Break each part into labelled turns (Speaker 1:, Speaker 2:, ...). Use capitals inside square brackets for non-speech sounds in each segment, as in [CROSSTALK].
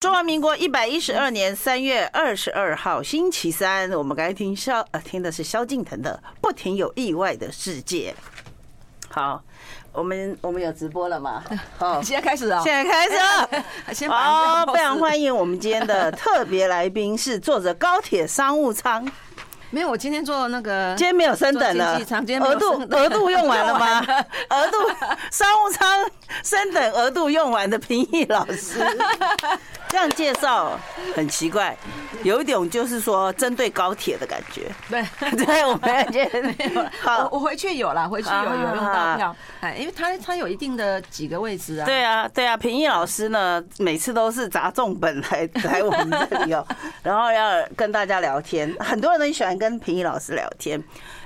Speaker 1: 中华民国一百一十二年三月二十二号星期三，我们刚才听萧呃听的是萧敬腾的《不停有意外的世界》。好，我们我们有直播了
Speaker 2: [LAUGHS]
Speaker 1: 嘛？好，
Speaker 2: 现在开始啊、
Speaker 1: 哦现在开始了。
Speaker 2: [LAUGHS] 先把
Speaker 1: 好，非常欢迎我们今天的特别来宾是坐着高铁商务舱，
Speaker 2: 没有，我今天做那个，
Speaker 1: 今天没有升等
Speaker 2: 做
Speaker 1: 了
Speaker 2: 经济舱今天，没
Speaker 1: 额
Speaker 2: 有
Speaker 1: 度
Speaker 2: 升等
Speaker 1: 额度用完了吗
Speaker 2: [LAUGHS] 用完了？
Speaker 1: 额度商务舱升等额度用完的平易老
Speaker 2: [LAUGHS]
Speaker 1: 师，这样介绍很奇怪，有一种就是说针对高铁的感觉。
Speaker 2: 对。
Speaker 1: [LAUGHS] 对，我们觉得
Speaker 2: [LAUGHS] 我
Speaker 1: 好，
Speaker 2: 我回去有啦，回去有有用
Speaker 1: 啊
Speaker 2: 到票，哎，因为它它有一定的几个位置啊，，
Speaker 1: 对啊，对啊，平易老师呢，每次都是砸重本来
Speaker 2: [LAUGHS]
Speaker 1: 来我们这里哦，然后要跟大家聊天，很多人都喜欢跟平易老师聊天。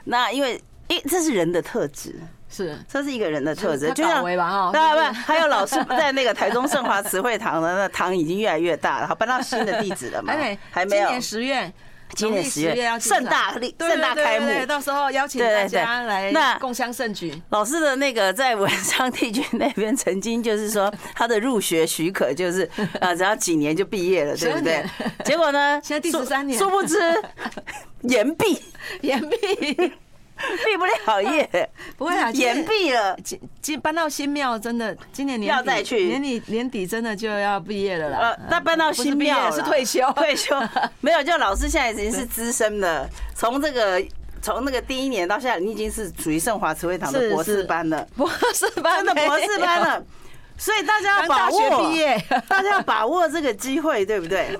Speaker 1: 那因为一这是人的特质，
Speaker 2: 是
Speaker 1: 这是一个人的特质，
Speaker 2: 他
Speaker 1: 就像
Speaker 2: 搞为吧哈
Speaker 1: 对啊，
Speaker 2: 就是
Speaker 1: 不，还有老师在那个台中盛华慈惠堂的那堂已经越来越大了，好搬到新的地址
Speaker 2: [LAUGHS]
Speaker 1: 了嘛
Speaker 2: 还哎没，
Speaker 1: 还没有
Speaker 2: 今。年十月，
Speaker 1: 今年
Speaker 2: 农历
Speaker 1: 10月
Speaker 2: 要进场
Speaker 1: 盛大力
Speaker 2: 对对
Speaker 1: 盛大
Speaker 2: 对
Speaker 1: 开幕
Speaker 2: 对对到时候邀请
Speaker 1: 对对
Speaker 2: 大家
Speaker 1: 对
Speaker 2: 来
Speaker 1: 那
Speaker 2: 共襄盛举，
Speaker 1: 老师的那个在文昌地区那边曾经就是说他的入学许可
Speaker 2: [LAUGHS]
Speaker 1: 就是啊，只要几年就毕业了，对不对
Speaker 2: 12？年
Speaker 1: 结果呢，
Speaker 2: 现在第
Speaker 1: 殊
Speaker 2: 13年
Speaker 1: 殊不知 [LAUGHS] [LAUGHS] 延毕，
Speaker 2: 岩壁
Speaker 1: 毕不了业，
Speaker 2: [LAUGHS] 不 [LAUGHS] 会啊，今年
Speaker 1: 延毕了。
Speaker 2: 今今搬到新庙，真的今年年
Speaker 1: 要
Speaker 2: 底
Speaker 1: 再去
Speaker 2: 年底年底真的就要毕业了啦。嗯
Speaker 1: 呃，那搬到新庙
Speaker 2: 不是毕业是退休
Speaker 1: [LAUGHS] 退
Speaker 2: [LAUGHS]
Speaker 1: 休没有，就老师现在已经是资深的，从这个从那个第一年到现在，你已经是属于圣华慈惠堂的
Speaker 2: 是
Speaker 1: 博士
Speaker 2: 是
Speaker 1: 班了，
Speaker 2: 博士班
Speaker 1: 真的博士班
Speaker 2: 了，
Speaker 1: [LAUGHS] 了，所以大家要
Speaker 2: 刚
Speaker 1: 把
Speaker 2: 大学
Speaker 1: 握
Speaker 2: 毕，业，
Speaker 1: [LAUGHS] 大家要把握这个机会，对不 [LAUGHS] 对？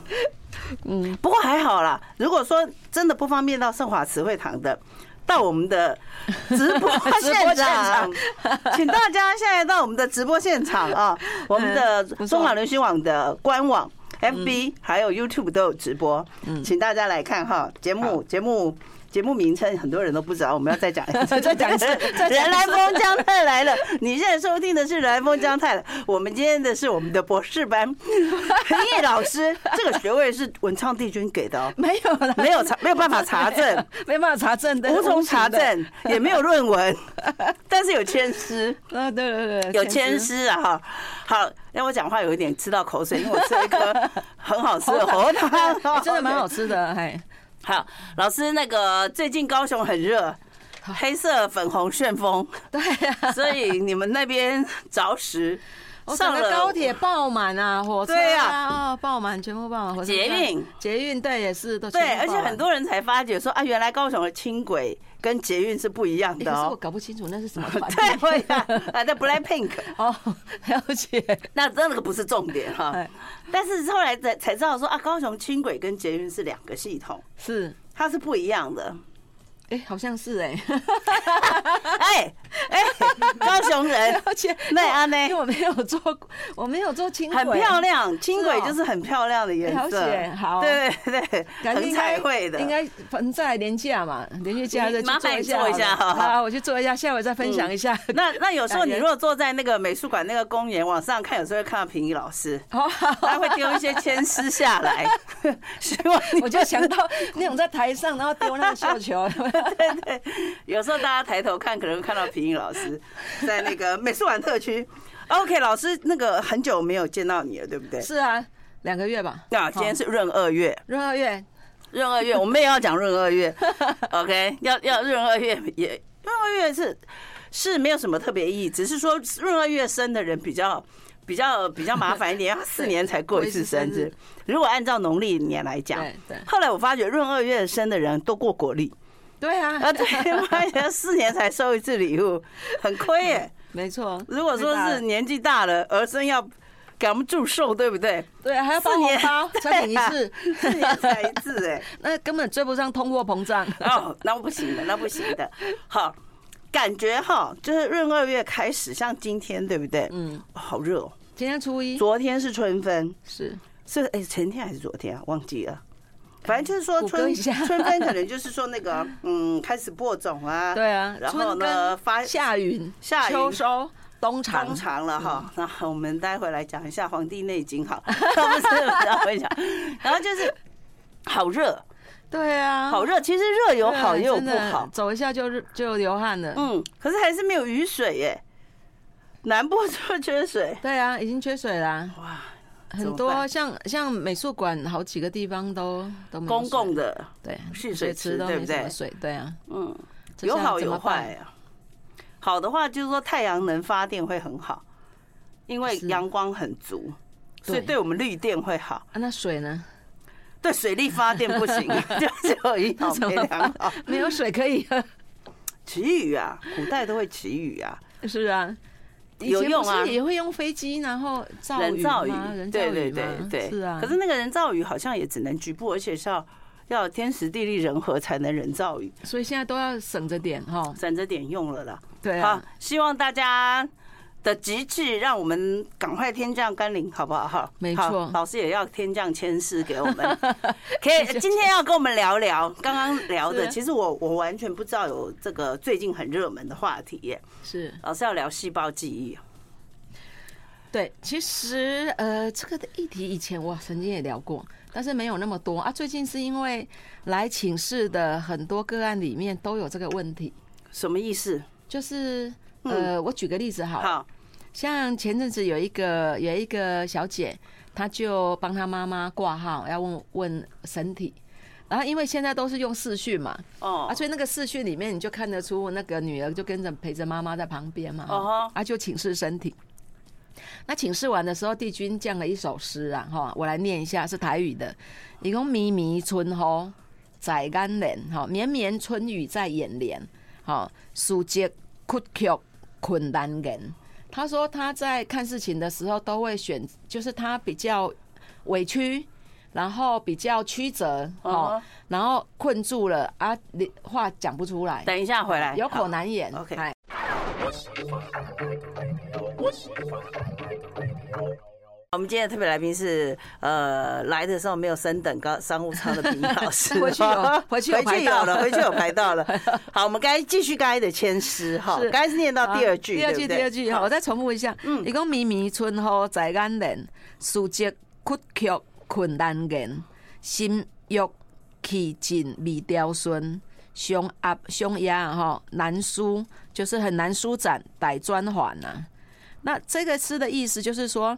Speaker 2: 嗯，
Speaker 1: 不过还好啦，如果说真的不方便到圣华慈惠堂的。到我们的 [LAUGHS] 直播
Speaker 2: 直播
Speaker 1: 现
Speaker 2: 现
Speaker 1: 场
Speaker 2: 场，
Speaker 1: 请大家现在到我们的直播现场啊！我们的
Speaker 2: 不错
Speaker 1: 中华流行网的官网、FB 还有 YouTube 都有直播，请大家来看哈。节目节目节目名称很多人都不知道，我们要再讲一次，
Speaker 2: [LAUGHS] 再讲
Speaker 1: [LAUGHS]
Speaker 2: 一次再讲一次
Speaker 1: 人来疯江太来了，你现在收听的是人来疯江太了。我们今天的是我们的博士班，
Speaker 2: [LAUGHS]
Speaker 1: 陈毅老师，这个学位是文昌帝君给的哦，
Speaker 2: 没有啦，
Speaker 1: 没有查，没有办法查证，
Speaker 2: [LAUGHS] 没办法查证的，
Speaker 1: 无从查
Speaker 2: 无形的。
Speaker 1: 证， [LAUGHS] 也没有论
Speaker 2: [LAUGHS]
Speaker 1: 文，但是有签诗。
Speaker 2: 啊，对对对，
Speaker 1: 有签诗啊哈，好，让我讲话有一点吃到口水，因为我吃了一颗很好吃的
Speaker 2: 喉
Speaker 1: 喉
Speaker 2: 糖
Speaker 1: 糖 [LAUGHS]
Speaker 2: [LAUGHS] 哎，真的蛮好吃的，哎嘿，
Speaker 1: 好，老师，那个最近高雄很热，黑色粉红旋风，
Speaker 2: 对
Speaker 1: [LAUGHS]
Speaker 2: 啊，
Speaker 1: 所以你们那边着实
Speaker 2: 我整
Speaker 1: 上
Speaker 2: 个
Speaker 1: 了
Speaker 2: 哦高铁爆满啊，火车
Speaker 1: 对
Speaker 2: 啊，哦，爆满，全部爆满，火车
Speaker 1: 捷
Speaker 2: 站
Speaker 1: 运，
Speaker 2: 捷运对也是都
Speaker 1: 对，
Speaker 2: 全部
Speaker 1: 而且
Speaker 2: 爆满
Speaker 1: 很多人才发觉说啊，原来高雄的轻轨跟捷运是不一样
Speaker 2: 哎
Speaker 1: 的
Speaker 2: 可是我
Speaker 1: 哦。
Speaker 2: 搞不清楚那哎是什
Speaker 1: [LAUGHS]
Speaker 2: 么团
Speaker 1: 对，我呀，啊，那 Black Pink，
Speaker 2: [LAUGHS] 哦，了解，
Speaker 1: 那那个不是重点哈
Speaker 2: 哎。
Speaker 1: 但是后来才才知道说啊，高雄轻轨跟捷运是两个系统，
Speaker 2: 是。
Speaker 1: 它是不一样
Speaker 2: [LAUGHS]
Speaker 1: 的。
Speaker 2: 哎、好像
Speaker 1: [LAUGHS]
Speaker 2: 是哎、
Speaker 1: 哎哎，高雄人
Speaker 2: 而且
Speaker 1: 那也安呢
Speaker 2: 因为我没有做过，我没有做轻轨，
Speaker 1: 很漂，亮，轻轨
Speaker 2: 是哦
Speaker 1: 就是很漂亮的颜
Speaker 2: 了
Speaker 1: 色
Speaker 2: 解，好
Speaker 1: 对对对，
Speaker 2: 感觉
Speaker 1: 很
Speaker 2: 应
Speaker 1: 彩
Speaker 2: 该
Speaker 1: 绘的，
Speaker 2: 应该反正再连假嘛，连续假
Speaker 1: 你
Speaker 2: 再去
Speaker 1: 麻
Speaker 2: 做
Speaker 1: 烦
Speaker 2: 一
Speaker 1: 你
Speaker 2: 下好
Speaker 1: 做
Speaker 2: 了，
Speaker 1: 一下哈嗯
Speaker 2: 好，我去做一下，下回再分享一下。
Speaker 1: 那那有时候
Speaker 2: 感
Speaker 1: 你
Speaker 2: 人
Speaker 1: 如果坐在那个美术馆那个公园往上看，有时候会看到平一老
Speaker 2: [LAUGHS]
Speaker 1: 师，
Speaker 2: 好好，
Speaker 1: 他会丢一些签诗下来，希望你
Speaker 2: [LAUGHS] 我就想到那种在台上然后丢那个绣球， [LAUGHS]
Speaker 1: 对对，有时候大家抬头看，可能会看到平一老
Speaker 2: [LAUGHS]
Speaker 1: 师在那个美术馆特区。OK，老师，那个很久没有见到你了，对不对？
Speaker 2: 是哦啊，两个月吧。
Speaker 1: 那今天是闰二月，
Speaker 2: 闰二月，
Speaker 1: 闰二月，我们也要讲闰二
Speaker 2: [LAUGHS]
Speaker 1: 月。OK，要要闰二月也闰二月是是没有什么特别意义，只是说闰二月生的人比较比较比较麻烦一点，要四年才过一次生
Speaker 2: [LAUGHS] 过一次生
Speaker 1: 日
Speaker 2: 日。
Speaker 1: 如果按照农历年来讲
Speaker 2: 对，对
Speaker 1: 后来我发觉闰二月生的人都过国
Speaker 2: [LAUGHS]
Speaker 1: 历
Speaker 2: 对啊，
Speaker 1: 啊，对，发觉四年才收一次礼物，很亏耶。
Speaker 2: [LAUGHS] 没错。
Speaker 1: 如果说
Speaker 2: 太大了
Speaker 1: 是年纪大了，儿生要给他们祝寿，对不对？
Speaker 2: 对啊，还要包
Speaker 1: 四
Speaker 2: 红
Speaker 1: 年
Speaker 2: 包，
Speaker 1: [LAUGHS] 对
Speaker 2: 再领一
Speaker 1: 啊
Speaker 2: 次，
Speaker 1: 四年才一次，哎。
Speaker 2: [LAUGHS] 那根本追不上通货
Speaker 1: [LAUGHS]
Speaker 2: 膨胀。
Speaker 1: 哦，那不行的，那不行的。好，感觉哈，就是闰二月开始，像今天对不对？
Speaker 2: 嗯，
Speaker 1: 好热哦。
Speaker 2: 今天初一
Speaker 1: 昨天是春分，
Speaker 2: 是
Speaker 1: 是哎、前天还是昨天啊？忘记了。反正就是说
Speaker 2: 谷歌
Speaker 1: 春
Speaker 2: 一下
Speaker 1: 春分可能就是说那个嗯开始播种啊，
Speaker 2: 对啊，
Speaker 1: 然后
Speaker 2: 春
Speaker 1: 呢
Speaker 2: 耕
Speaker 1: 发
Speaker 2: 夏耘、
Speaker 1: 下雨
Speaker 2: 秋收、冬藏嗯
Speaker 1: 通，常了哈，那我们待会来讲一下《黄帝内经》 [LAUGHS] 好，不是待会讲，然后就是好热，
Speaker 2: 对啊，
Speaker 1: 好热，其实热有
Speaker 2: 对啊
Speaker 1: 好也有
Speaker 2: 真
Speaker 1: 不
Speaker 2: 的
Speaker 1: 好，
Speaker 2: 走一下就热就流汗了。
Speaker 1: 嗯，可是还是没有雨水耶，南部就缺水。
Speaker 2: 对啊，已经缺水啦、
Speaker 1: 哇，怎
Speaker 2: 很
Speaker 1: 么办
Speaker 2: 多像像美术馆好几个地方都都没有
Speaker 1: 公
Speaker 2: 水
Speaker 1: 共的，
Speaker 2: 对
Speaker 1: 蓄水池
Speaker 2: 池都
Speaker 1: 对
Speaker 2: 没
Speaker 1: 不
Speaker 2: 什
Speaker 1: 对
Speaker 2: 么水，对啊，
Speaker 1: 嗯，
Speaker 2: 这
Speaker 1: 有
Speaker 2: 下
Speaker 1: 好
Speaker 2: 怎
Speaker 1: 有
Speaker 2: 么办
Speaker 1: 坏啊。好的话就是说太阳能发电会很好，因为
Speaker 2: 是
Speaker 1: 阳光很足，所以
Speaker 2: 对
Speaker 1: 对我们绿电会好。
Speaker 2: 啊，那水呢？ [LAUGHS]
Speaker 1: 对水力发电不行，就就一好没两好。
Speaker 2: 没有水可以 [LAUGHS] 喝，
Speaker 1: 祈雨啊，古代都会祈雨啊，
Speaker 2: 是啊。以
Speaker 1: 有
Speaker 2: 前
Speaker 1: 用
Speaker 2: 不
Speaker 1: 啊
Speaker 2: 是也会用飞机，然后造
Speaker 1: 人造
Speaker 2: 雨
Speaker 1: 雨
Speaker 2: 吗，人造
Speaker 1: 对对
Speaker 2: 雨
Speaker 1: 对
Speaker 2: 吗
Speaker 1: 对，
Speaker 2: 是啊。
Speaker 1: 可是那个人造雨好像也只能局部，而且是要要天时地利人和才能人造雨，
Speaker 2: 所以现在都要省着点哈，
Speaker 1: 省着点用了啦。
Speaker 2: 对
Speaker 1: 好
Speaker 2: 啊，，
Speaker 1: 希望大家的极致，让我们赶快天降甘霖，好不好？哈，
Speaker 2: 没错
Speaker 1: 好老师也要天降千世给我
Speaker 2: [LAUGHS]
Speaker 1: 们。可以，今天要跟我们聊聊刚刚聊的，
Speaker 2: 是
Speaker 1: 其实我我完全不知道有这个最近很热门的话题耶。
Speaker 2: 是
Speaker 1: 老师要聊细胞记忆，
Speaker 2: 对。其实呃，这个的议题以前我曾经也聊过，但是没有那么多啊。最近是因为来请示的很多个案里面都有这个问题，
Speaker 1: 什么意思？
Speaker 2: 就是呃，我举个例子好了，
Speaker 1: 好，
Speaker 2: 像前阵子有一个有一个小姐，她就帮她妈妈挂号，要问问身体。然后因为现在都是用视讯嘛，
Speaker 1: 哦
Speaker 2: 啊，，所以那个视讯里面你就看得出那个女儿就跟着陪着妈妈在旁边嘛，
Speaker 1: 哦吼
Speaker 2: 啊，就请示身体。那请示完的时候，帝君降了一首诗啊，哈，我来念一下，是台语的。一共迷迷春吼在眼帘，哈，绵绵春雨在眼帘，哈，暑节哭曲困难人。他说他在看事情的时候都会选，就是他比较委屈，然后比较曲折，
Speaker 1: 哦
Speaker 2: 哦，然后困住了啊，你话讲不出来，
Speaker 1: 等一下回来，
Speaker 2: 有口
Speaker 1: 好
Speaker 2: 难言。
Speaker 1: OK
Speaker 2: 哎
Speaker 1: 我们今天的特别来宾是呃来的时候没有升等高商务舱的平老师，
Speaker 2: [LAUGHS] 回去有回去有
Speaker 1: 回
Speaker 2: 排
Speaker 1: 去
Speaker 2: 到
Speaker 1: 有了，回去有排到
Speaker 2: [LAUGHS]
Speaker 1: 了。好，我们该继续刚才的签诗哈，
Speaker 2: 是
Speaker 1: 刚才是念到第二句，
Speaker 2: 第二
Speaker 1: 对
Speaker 2: 句，
Speaker 1: 不对
Speaker 2: 第二句，好，我再重复一下。嗯，伊讲迷迷春雨在眼帘，暑节曲曲困难言，心欲气尽未雕顺，胸压胸压吼难舒，就是很难舒展，歹专缓呐、啊。那这个诗的意思就是说，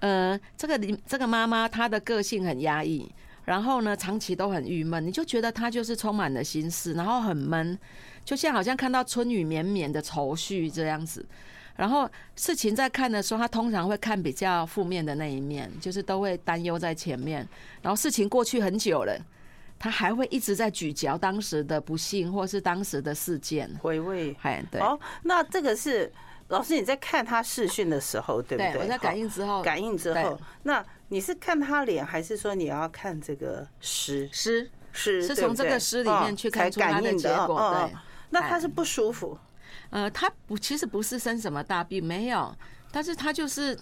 Speaker 2: 呃，这个林这个妈妈她的个性很压抑，然后呢长期都很郁闷，你就觉得她就是充满了心事，然后很闷，就像好像看到春雨绵绵的愁绪这样子。然后事情在看的时候，她通常会看比较负面的那一面，就是都会担忧在前面。然后事情过去很久了，她还会一直在咀嚼当时的不幸或是当时的事件。
Speaker 1: 回味。
Speaker 2: 哎，对，
Speaker 1: 好，那这个是老师你在看他视讯的时候，对不
Speaker 2: 对，我在感应之后
Speaker 1: 好，感应之后
Speaker 2: 对，
Speaker 1: 那你是看他脸，还是说你要看这个诗？
Speaker 2: 诗
Speaker 1: 诗
Speaker 2: 是
Speaker 1: 对不
Speaker 2: 从这个
Speaker 1: 对
Speaker 2: 诗里
Speaker 1: 哦
Speaker 2: 面去
Speaker 1: 才
Speaker 2: 看出它
Speaker 1: 感
Speaker 2: 的
Speaker 1: 应
Speaker 2: 结
Speaker 1: 哦
Speaker 2: 果。
Speaker 1: 哦
Speaker 2: 对
Speaker 1: 哦，那他是不舒服，
Speaker 2: 呃，他不其实不是生什么大病，没有，但是他就是，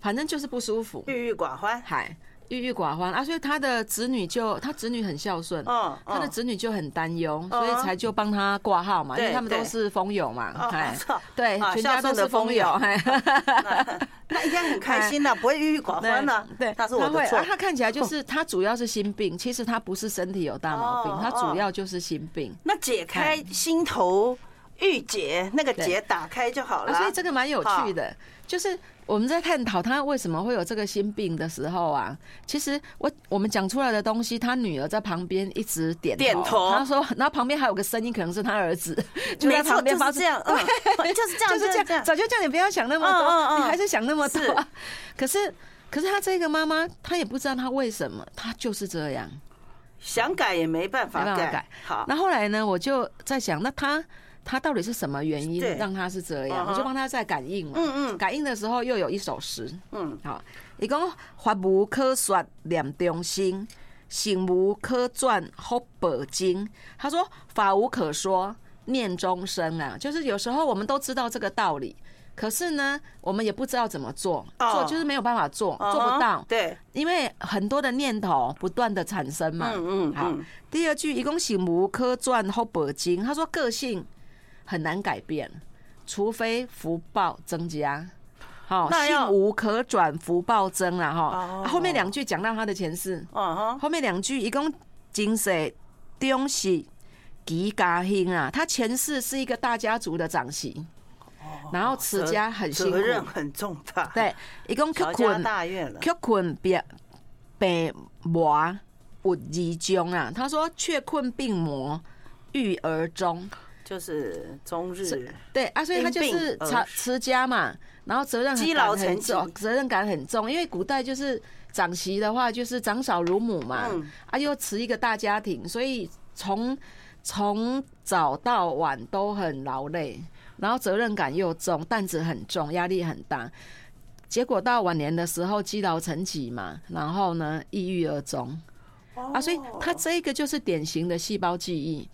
Speaker 2: 反正就是不舒服，
Speaker 1: 郁郁寡欢。
Speaker 2: 嗨，郁郁寡欢啊，所以他的子女就他子女很孝顺。
Speaker 1: 哦，
Speaker 2: 他的
Speaker 1: 哦
Speaker 2: 子女就很担忧，所以才就帮他挂号嘛，因
Speaker 1: 对
Speaker 2: 为他们
Speaker 1: 对
Speaker 2: 都是蜂友嘛，
Speaker 1: 哦 [LAUGHS]
Speaker 2: 哎
Speaker 1: 是哦，
Speaker 2: 对
Speaker 1: 啊，
Speaker 2: 全
Speaker 1: 孝
Speaker 2: 家
Speaker 1: 顺
Speaker 2: 都
Speaker 1: 的
Speaker 2: 是
Speaker 1: 蜂
Speaker 2: 蜂
Speaker 1: 友
Speaker 2: 友，哎，
Speaker 1: 那 [LAUGHS] 那应该很开心呐，不会郁郁寡欢呐。
Speaker 2: [LAUGHS] 对，
Speaker 1: 那是我
Speaker 2: 他会
Speaker 1: 的错
Speaker 2: 啊。他看起来就是他主要是心病，其实他不是身体有大毛
Speaker 1: 哦
Speaker 2: 病，他
Speaker 1: 哦
Speaker 2: 主要就是心病。
Speaker 1: 那解开心头郁结，那个结打开就好了。
Speaker 2: 啊，所以这个蛮有趣的，就是我们在探讨他为什么会有这个心病的时候啊，其实我我们讲出来的东西，他女儿在旁边一直点
Speaker 1: 点头
Speaker 2: 他说，然后旁边还有个声音，可能是他儿子，就
Speaker 1: 没
Speaker 2: 在
Speaker 1: 错
Speaker 2: 旁
Speaker 1: 就
Speaker 2: 边发
Speaker 1: 是
Speaker 2: 出
Speaker 1: 这样，嗯，
Speaker 2: [LAUGHS]
Speaker 1: 就是这样，
Speaker 2: 就是这
Speaker 1: 这
Speaker 2: 样，
Speaker 1: 样。
Speaker 2: 早就叫你不要想那么
Speaker 1: 嗯嗯
Speaker 2: 多，
Speaker 1: 嗯
Speaker 2: 你还是想那么多
Speaker 1: 是
Speaker 2: 啊。 [LAUGHS] 可是，可是他这个妈妈，她也不知道她为什么，她就是这样。
Speaker 1: 想改也没办法
Speaker 2: 没办法
Speaker 1: 改
Speaker 2: 改。
Speaker 1: 好，
Speaker 2: 那后来呢，我就在想，那他他到底是什么原因
Speaker 1: 对
Speaker 2: 让他是这
Speaker 1: 嗯
Speaker 2: 样？
Speaker 1: 哼
Speaker 2: 我就帮他在感应嘛。
Speaker 1: 嗯嗯
Speaker 2: 感应的时候又有一首诗，
Speaker 1: 嗯，
Speaker 2: 好，伊讲法无可说念中心，行无可转福北京。他说法无可说念终生啊，就是有时候我们都知道这个道理。可是呢，我们也不知道怎么做，
Speaker 1: 哦
Speaker 2: 做就是没有办法做，做
Speaker 1: 嗯哼
Speaker 2: 不到。
Speaker 1: 对，
Speaker 2: 因为很多的念头不断的产生嘛。
Speaker 1: 嗯嗯
Speaker 2: 好
Speaker 1: 嗯，
Speaker 2: 第二句一共醒无科传后北京，他说个性很难改变，除非福报增加。好，
Speaker 1: 那要
Speaker 2: 性无可转，福报增了哈。
Speaker 1: 哦
Speaker 2: 啊后面两句讲到他的前世，
Speaker 1: 哦哈，
Speaker 2: 后面两句一共金水中喜吉家兴啊，他前世是一个大家族的长媳。然后持家很辛苦
Speaker 1: 哦责，任很重大。，
Speaker 2: 对，伊讲曲
Speaker 1: 乔家
Speaker 2: 困
Speaker 1: 大院了。
Speaker 2: 缺困病病魔有二种啊，他说缺困病魔育儿中，
Speaker 1: 就是中日
Speaker 2: 对啊，所以他就
Speaker 1: 因病
Speaker 2: 是
Speaker 1: 而
Speaker 2: 持持家嘛，然后责任
Speaker 1: 积劳
Speaker 2: 感很
Speaker 1: 成疾
Speaker 2: 重，责任感很重，因为古代就是长媳的话就是长嫂如母嘛，
Speaker 1: 嗯
Speaker 2: 啊又持一个大家庭，所以从从早到晚都很劳累，然后责任感又重，担子很重，压力很大。结果到晚年的时候积劳成疾嘛，然后呢抑郁而终
Speaker 1: 哦
Speaker 2: 啊，所以他这个就是典型的细胞记忆。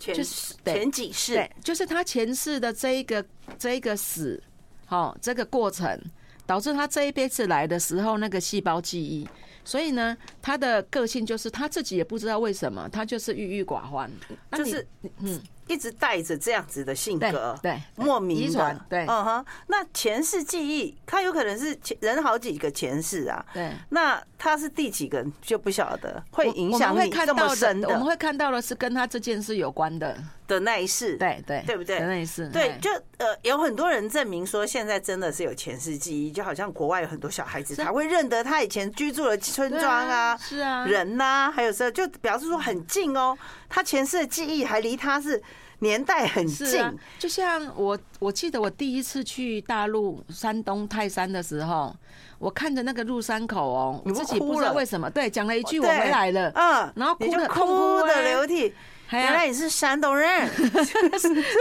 Speaker 1: 前
Speaker 2: 就是对
Speaker 1: 前几世
Speaker 2: 对，就是他前世的这一个这一个死，哦，这个过程导致他这一辈子来的时候那个细胞记忆，所以呢，他的个性就是他自己也不知道为什么，他就是郁郁寡欢，那
Speaker 1: 就
Speaker 2: 你嗯
Speaker 1: 是一直带着这样子的性
Speaker 2: 对
Speaker 1: 格，
Speaker 2: 对
Speaker 1: 莫名
Speaker 2: 遗
Speaker 1: 的
Speaker 2: 传，对
Speaker 1: 嗯哼。那前世记忆，他有可能是前人好几个前世啊，
Speaker 2: 对。
Speaker 1: 那他是第几个就不晓得，会
Speaker 2: 我
Speaker 1: 影
Speaker 2: 我们
Speaker 1: 响
Speaker 2: 会
Speaker 1: 你
Speaker 2: 看
Speaker 1: 这
Speaker 2: 到
Speaker 1: 么深
Speaker 2: 我们
Speaker 1: 的
Speaker 2: 会看到的是跟他这件事有关的，
Speaker 1: 的那一世，
Speaker 2: 对对，
Speaker 1: 对不对
Speaker 2: 那也是
Speaker 1: 对，
Speaker 2: 嘿
Speaker 1: 就呃，有很多人证明说，现在真的是有前世记忆，就好像国外有很多小孩子，
Speaker 2: 是
Speaker 1: 他会认得他以前居住的村
Speaker 2: 对
Speaker 1: 庄啊、
Speaker 2: 是啊，
Speaker 1: 人呐、还有时候就表示说很近哦，他前世的记忆还离他是年代很
Speaker 2: 是
Speaker 1: 近
Speaker 2: 啊，，就像我我记得我第一次去大陆山东泰山的时候，我看着那个入山口哦，
Speaker 1: 你
Speaker 2: 我
Speaker 1: 不
Speaker 2: 自己
Speaker 1: 哭
Speaker 2: 不知道
Speaker 1: 了哦
Speaker 2: 为什么，对，讲了一句我
Speaker 1: 对
Speaker 2: 回来了，
Speaker 1: 嗯，
Speaker 2: 然后哭
Speaker 1: 你就
Speaker 2: 得
Speaker 1: 哭
Speaker 2: 痛哭
Speaker 1: 的
Speaker 2: 啊
Speaker 1: 流涕，
Speaker 2: 哎呀
Speaker 1: [LAUGHS] 原来你是山东
Speaker 2: [LAUGHS]
Speaker 1: 人，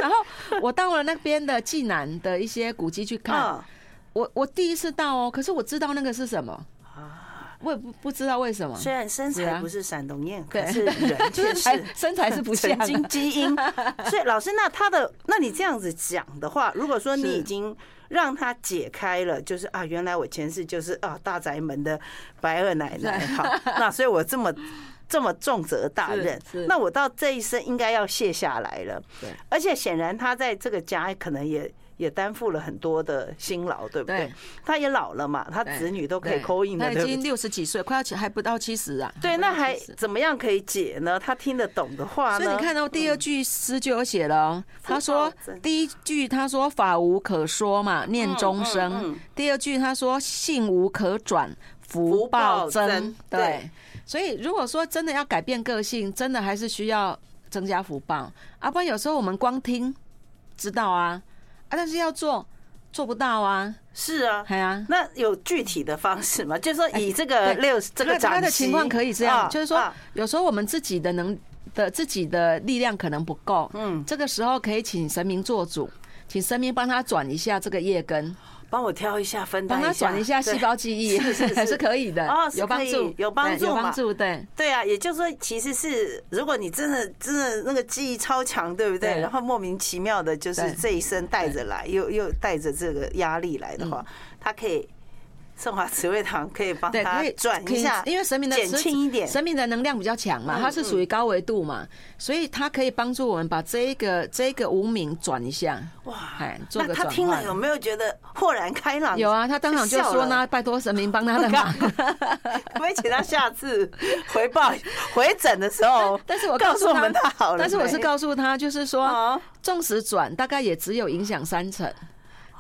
Speaker 2: 然后我到了那边的济南的一些古迹去看，
Speaker 1: 嗯，
Speaker 2: 我我第一次到哦，可是我知道那个是什么，我也不不知道为什么，
Speaker 1: 虽然身
Speaker 2: 是
Speaker 1: 材
Speaker 2: 啊
Speaker 1: 不是山东人，可
Speaker 2: 对
Speaker 1: 是人
Speaker 2: 就
Speaker 1: 却
Speaker 2: 是才 [LAUGHS]
Speaker 1: 是。
Speaker 2: 身材是不像
Speaker 1: 神
Speaker 2: 啊，
Speaker 1: 经基
Speaker 2: [LAUGHS]
Speaker 1: 因。所以老师，那他的，那你这样子讲的话，如果说你
Speaker 2: 是
Speaker 1: 已经让他解开了，就是啊，原来我前世就是啊大宅门的白二奶奶，好，那所以我这么。这么重责大任
Speaker 2: 是是，
Speaker 1: 那我到这一生应该要卸下来了
Speaker 2: 对。
Speaker 1: 而且显然他在这个家可能也也担负了很多的辛劳，对不对
Speaker 2: 对？
Speaker 1: 他也老了嘛，他
Speaker 2: 对
Speaker 1: 子女都可以
Speaker 2: 对
Speaker 1: 扣印的，
Speaker 2: 他
Speaker 1: 对
Speaker 2: 已
Speaker 1: 不对
Speaker 2: 经？六十几岁，快要还不到七十啊，
Speaker 1: 对，
Speaker 2: 不
Speaker 1: 那
Speaker 2: 到
Speaker 1: 还
Speaker 2: 70
Speaker 1: 怎么样可以解呢？他听得懂的话呢？
Speaker 2: 所以你看到第二句诗就有写了
Speaker 1: 嗯
Speaker 2: 哦、他
Speaker 1: 福
Speaker 2: 说
Speaker 1: 报增
Speaker 2: 第一句他说法无可说嘛，念终生；
Speaker 1: 嗯嗯嗯
Speaker 2: 第二句他说信无可转，福报增。
Speaker 1: 福报增
Speaker 2: 对，
Speaker 1: 对
Speaker 2: 所以如果说真的要改变个性，真的还是需要增加福报，啊，不然有时候我们光听知道啊，啊，但是要做做不到啊，
Speaker 1: 是啊，
Speaker 2: 哎呀、啊。
Speaker 1: 那有具体的方式吗？就是说以这个
Speaker 2: 哎
Speaker 1: 六这个
Speaker 2: 他
Speaker 1: 长啊
Speaker 2: 他的情况可以这样，就是说，有时候我们自己的能的自己的力量可能不够，
Speaker 1: 嗯，
Speaker 2: 这个时候可以请神明做主，请神明帮他转一下这个叶根，
Speaker 1: 帮我挑一下分担
Speaker 2: 帮
Speaker 1: 一下，
Speaker 2: 他转一下细胞记忆，
Speaker 1: 是是是
Speaker 2: 可以的，
Speaker 1: 哦是
Speaker 2: 有帮
Speaker 1: 可
Speaker 2: 助
Speaker 1: 以，有帮
Speaker 2: 对
Speaker 1: 助
Speaker 2: 有
Speaker 1: 嘛
Speaker 2: 帮助，对。
Speaker 1: 对。对啊，也就是说，其实是如果你真的真的那个记忆超强，对不对？
Speaker 2: 对
Speaker 1: 然后莫名其妙的，就是
Speaker 2: 对
Speaker 1: 这一生带着来，又又带着这个压力来的话，他可以。圣华慈惠堂可以帮
Speaker 2: 嗯对，
Speaker 1: 他
Speaker 2: 可以
Speaker 1: 转
Speaker 2: 可
Speaker 1: 一
Speaker 2: 以
Speaker 1: 下，
Speaker 2: 因为神明的
Speaker 1: 减
Speaker 2: 磁
Speaker 1: 轻一点，
Speaker 2: 神明的能量比较强嘛，
Speaker 1: 嗯
Speaker 2: 它是属于高维度嘛，所以它可以帮助我们把这一个这一个无名转一下。
Speaker 1: 哇
Speaker 2: 哎，做
Speaker 1: 那
Speaker 2: 个
Speaker 1: 他
Speaker 2: 转
Speaker 1: 听了
Speaker 2: 换。
Speaker 1: 有没有觉得豁然开朗？
Speaker 2: 有啊，他当场就
Speaker 1: 哦笑
Speaker 2: 说
Speaker 1: 了
Speaker 2: 呢，拜托神明帮他
Speaker 1: [LAUGHS]
Speaker 2: 的忙。 [LAUGHS]
Speaker 1: 可不可以请他下次回报 [LAUGHS] 回诊的时
Speaker 2: [LAUGHS]
Speaker 1: 候，
Speaker 2: 但是我
Speaker 1: 告
Speaker 2: 告
Speaker 1: 诉
Speaker 2: 诉
Speaker 1: 我们他好了没。
Speaker 2: 但是我是告诉他，就是说，
Speaker 1: 哦，
Speaker 2: 纵使转，大概也只有影响三成，